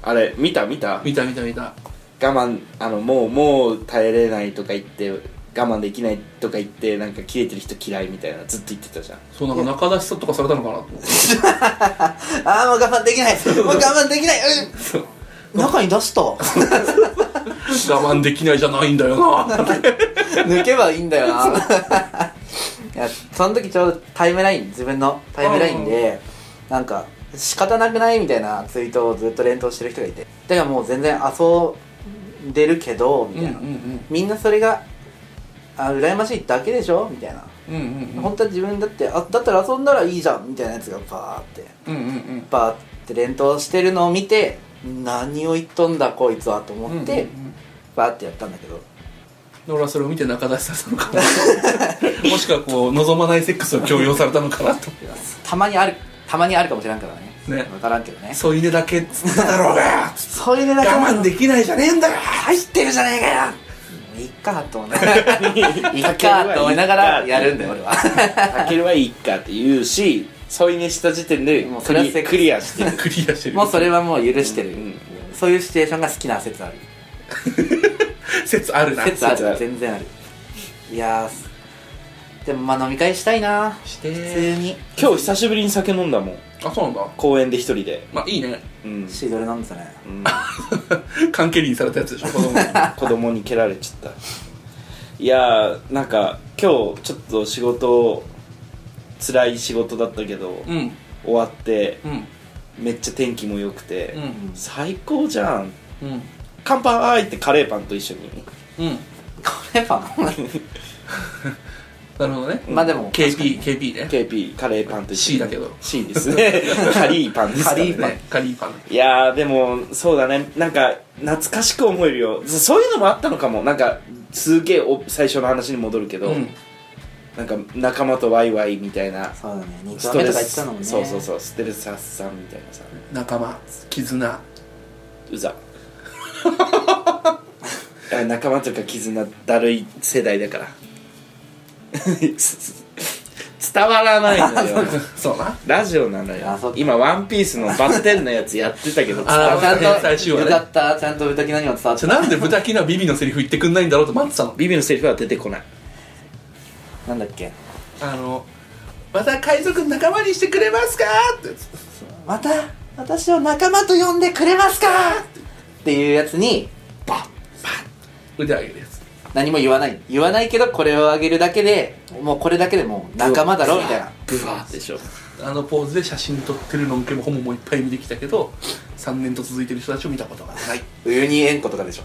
[SPEAKER 3] あれ見た見た我
[SPEAKER 2] 見た見た見た
[SPEAKER 3] 慢あのもうもう耐えれないとか言って我慢できないとか言ってなんか切れてる人嫌いみたいなずっと言ってたじゃん
[SPEAKER 2] そうなんか仲出しさとかされたのかなと思って
[SPEAKER 1] ああもう我慢できないもう我慢できない、うん、中に出すと
[SPEAKER 2] 我慢できないじゃないんだよな
[SPEAKER 1] 抜けばいいんだよな いやその時ちょうどタイムライン自分のタイムラインでなんか仕方なくないみたいなツイートをずっと連投してる人がいてだからもう全然遊んでるけどみたいな、みんなそれがあ羨ましいだけでしょみたいな、
[SPEAKER 2] うんうん
[SPEAKER 1] 本当は自分だってあだったら遊んだらいいじゃんみたいなやつがバーって
[SPEAKER 2] うんうんうん
[SPEAKER 1] バーって連投してるのを見て何を言っとんだこいつはと思って、
[SPEAKER 2] うんうんうん
[SPEAKER 1] バーってやったんだけど
[SPEAKER 2] で俺はそれを見て仲出しされたのかなもしくはこう望まないセックスを強要されたのかなと
[SPEAKER 1] たまにあるたまにあるかもしれんからね
[SPEAKER 2] ね
[SPEAKER 1] 分からんけどね
[SPEAKER 2] 添い寝だけっつってただろうが
[SPEAKER 1] そういうねだから
[SPEAKER 2] 我慢できないじゃねえんだよ
[SPEAKER 1] 入ってるじゃねえかよいっかと 思いながらいっかと思いながらやるんだよ俺は
[SPEAKER 3] たけるはいいかって言うし添い寝した時点で
[SPEAKER 1] もうそ
[SPEAKER 3] ク
[SPEAKER 1] れは
[SPEAKER 3] リ
[SPEAKER 1] セックス
[SPEAKER 3] クリアしてる
[SPEAKER 2] クリアしてる
[SPEAKER 1] もうそれはもう許してる、
[SPEAKER 3] うん
[SPEAKER 1] そういうシチュエーションが好きな説ある
[SPEAKER 2] 説あるな
[SPEAKER 1] 説あ
[SPEAKER 3] 説あ
[SPEAKER 1] る
[SPEAKER 3] る
[SPEAKER 1] 全然あるいやーでもまあ飲み会したいな
[SPEAKER 2] して
[SPEAKER 1] 普通に
[SPEAKER 3] 今日久しぶりに酒飲んだもん
[SPEAKER 2] あそうなんだ
[SPEAKER 3] 公園で一人で
[SPEAKER 2] まあいいね
[SPEAKER 3] うん、
[SPEAKER 1] シードル飲んでたね
[SPEAKER 3] うん、
[SPEAKER 2] 関係にされたやつでしょ子供に
[SPEAKER 3] 子供に蹴られちゃったいやーなんか今日ちょっと仕事辛い仕事だったけど、
[SPEAKER 2] うん
[SPEAKER 3] 終わって
[SPEAKER 2] うん
[SPEAKER 3] めっちゃ天気も良くて、
[SPEAKER 2] うん
[SPEAKER 3] 最高じゃん
[SPEAKER 2] うん
[SPEAKER 3] 乾杯ってカレーパンと一緒に
[SPEAKER 2] うん
[SPEAKER 1] これパ
[SPEAKER 2] なるほどね
[SPEAKER 1] ンまあでも
[SPEAKER 2] KP KP ね
[SPEAKER 3] KP カレーパンと一緒に
[SPEAKER 2] C だけど
[SPEAKER 3] C です ねカリーパンですか
[SPEAKER 1] カ
[SPEAKER 3] らね
[SPEAKER 1] リーパン
[SPEAKER 2] ねカリーパン
[SPEAKER 3] いやーでもそうだねなんか懐かしく思えるよそそういうのもあったのかもなんかすげえお最初の話に戻るけど、
[SPEAKER 2] うん
[SPEAKER 3] なんか仲間とワイワイみたいな
[SPEAKER 1] そうだね2
[SPEAKER 3] ス
[SPEAKER 1] 丁
[SPEAKER 3] ト
[SPEAKER 1] 目
[SPEAKER 3] レ
[SPEAKER 1] とか言っ
[SPEAKER 3] ス
[SPEAKER 1] てたのもね
[SPEAKER 3] そうそうそうストレス発散みたいなさ
[SPEAKER 2] 仲間絆
[SPEAKER 3] うざ あ仲間とか絆だるい世代だから 伝わらないの よ
[SPEAKER 2] そうな
[SPEAKER 3] ラジオなのよ
[SPEAKER 1] あそう
[SPEAKER 3] 今「ワンピースのバッテンのやつやってたけど伝
[SPEAKER 2] あー
[SPEAKER 3] わ
[SPEAKER 1] ちゃん
[SPEAKER 2] 天才し
[SPEAKER 1] と
[SPEAKER 2] ようね
[SPEAKER 1] よかったちゃんと豚キナには伝わっ
[SPEAKER 2] じ
[SPEAKER 1] て
[SPEAKER 2] ゃあなんで豚キナビビのセリフ言ってくんないんだろうと待ってたの
[SPEAKER 3] ビビのセリフは出てこない
[SPEAKER 1] なんだっけ
[SPEAKER 2] あのまた海賊仲間にしてくれますかってやつ
[SPEAKER 1] また私を仲間と呼んでくれますかっていうやつにバッ
[SPEAKER 2] 腕上げるやつ
[SPEAKER 1] 何も言わない言わないけどこれをあげるだけでもうこれだけでもう仲間だろみたいな
[SPEAKER 3] ブワーでしょ
[SPEAKER 2] あのポーズで写真撮ってるのんけもホモもいっぱい見てきたけど3年と続いてる人たちを見たことがない
[SPEAKER 1] ウにニ塩湖とかでしょ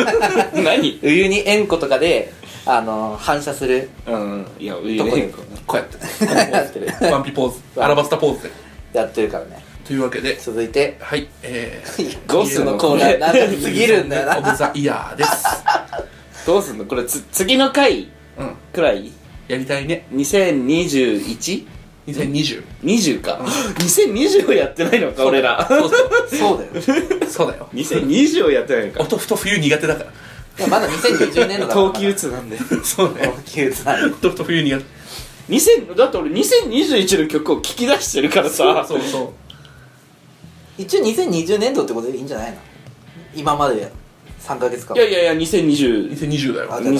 [SPEAKER 3] 何
[SPEAKER 1] ウユニ塩湖とかであの反射する
[SPEAKER 3] うんいやウィ
[SPEAKER 1] と
[SPEAKER 3] ー
[SPEAKER 1] こ
[SPEAKER 3] レ
[SPEAKER 1] で
[SPEAKER 3] ンコ
[SPEAKER 2] こうやってワンピポー ズアラバスタポーズで
[SPEAKER 1] やってるからね
[SPEAKER 2] というわけで
[SPEAKER 1] 続いて
[SPEAKER 2] はいえ
[SPEAKER 3] どうすんのこ
[SPEAKER 1] ほら
[SPEAKER 3] れ
[SPEAKER 1] なんか過
[SPEAKER 2] ー
[SPEAKER 1] ぎるんだよ
[SPEAKER 2] オブ
[SPEAKER 1] な
[SPEAKER 2] ザイヤーです
[SPEAKER 3] どうすんのこれつ次の回
[SPEAKER 2] うん
[SPEAKER 3] くらい
[SPEAKER 2] やりたいね
[SPEAKER 3] 2021?20
[SPEAKER 2] 2020
[SPEAKER 3] 20か 2020をやってないのか俺ら
[SPEAKER 2] そうだ よ
[SPEAKER 1] そうだよ
[SPEAKER 2] そうだよ
[SPEAKER 3] 2020をやってないのか
[SPEAKER 2] 音ふと冬苦手だから
[SPEAKER 1] いやまだ2020年度だから
[SPEAKER 3] 冬季うつなんで
[SPEAKER 2] そうね
[SPEAKER 1] 冬季うつなんで
[SPEAKER 2] 音ふと冬苦手
[SPEAKER 3] 2000だって俺2021の曲を聞き出してるからさ
[SPEAKER 2] そうそう
[SPEAKER 1] 一応2020年度ってことでいいんじゃないの今まで3ヶ月間
[SPEAKER 3] いやいやいや202020
[SPEAKER 2] 2020だよ
[SPEAKER 1] あ
[SPEAKER 3] だよ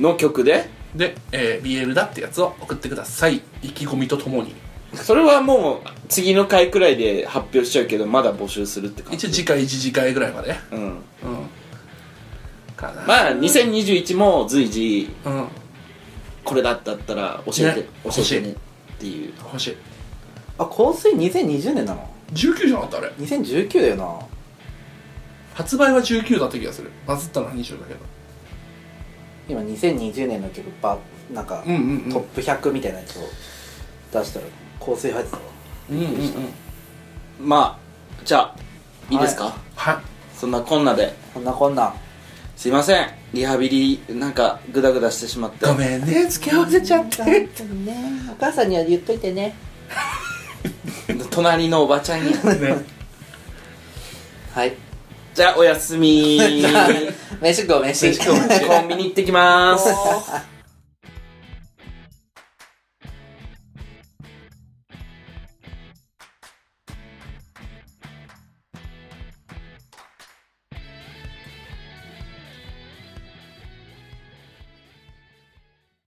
[SPEAKER 3] の曲で
[SPEAKER 2] で、えー BL だってやつを送ってください意気込みとともに
[SPEAKER 3] それはもう次の回くらいで発表しちゃうけどまだ募集するって感
[SPEAKER 2] 一
[SPEAKER 3] じ
[SPEAKER 2] 応次回一次回ぐらいまで
[SPEAKER 3] うん
[SPEAKER 2] うんかな
[SPEAKER 3] まあ2021も随時
[SPEAKER 2] うん
[SPEAKER 3] これだったったら教えて、
[SPEAKER 2] ね
[SPEAKER 3] 教えてねっていう
[SPEAKER 2] 欲しい
[SPEAKER 1] あ香水2020年なの
[SPEAKER 2] 19じゃなかったあれ
[SPEAKER 1] 2019だよな
[SPEAKER 2] 発売は19だった気がするバズったのは20だけど
[SPEAKER 1] 今2020年の曲ばなんか、
[SPEAKER 2] うんうんうん
[SPEAKER 1] トップ100みたいなやつを出したら香水入ってたわ
[SPEAKER 2] うんうんうん
[SPEAKER 3] まあじゃあいいですか、
[SPEAKER 2] はい
[SPEAKER 3] そんなこんなで
[SPEAKER 1] こんなこんなん
[SPEAKER 3] すいませんリハビリなんかグダグダしてしまって
[SPEAKER 2] ごめんね付き合わせちゃって
[SPEAKER 1] お母さんには言っといてね
[SPEAKER 3] 隣のおばちゃんに
[SPEAKER 2] ね
[SPEAKER 1] はい
[SPEAKER 3] じ ゃあおやすみ
[SPEAKER 1] 飯食おう飯
[SPEAKER 2] 飯食おう
[SPEAKER 3] コンビニ行ってきます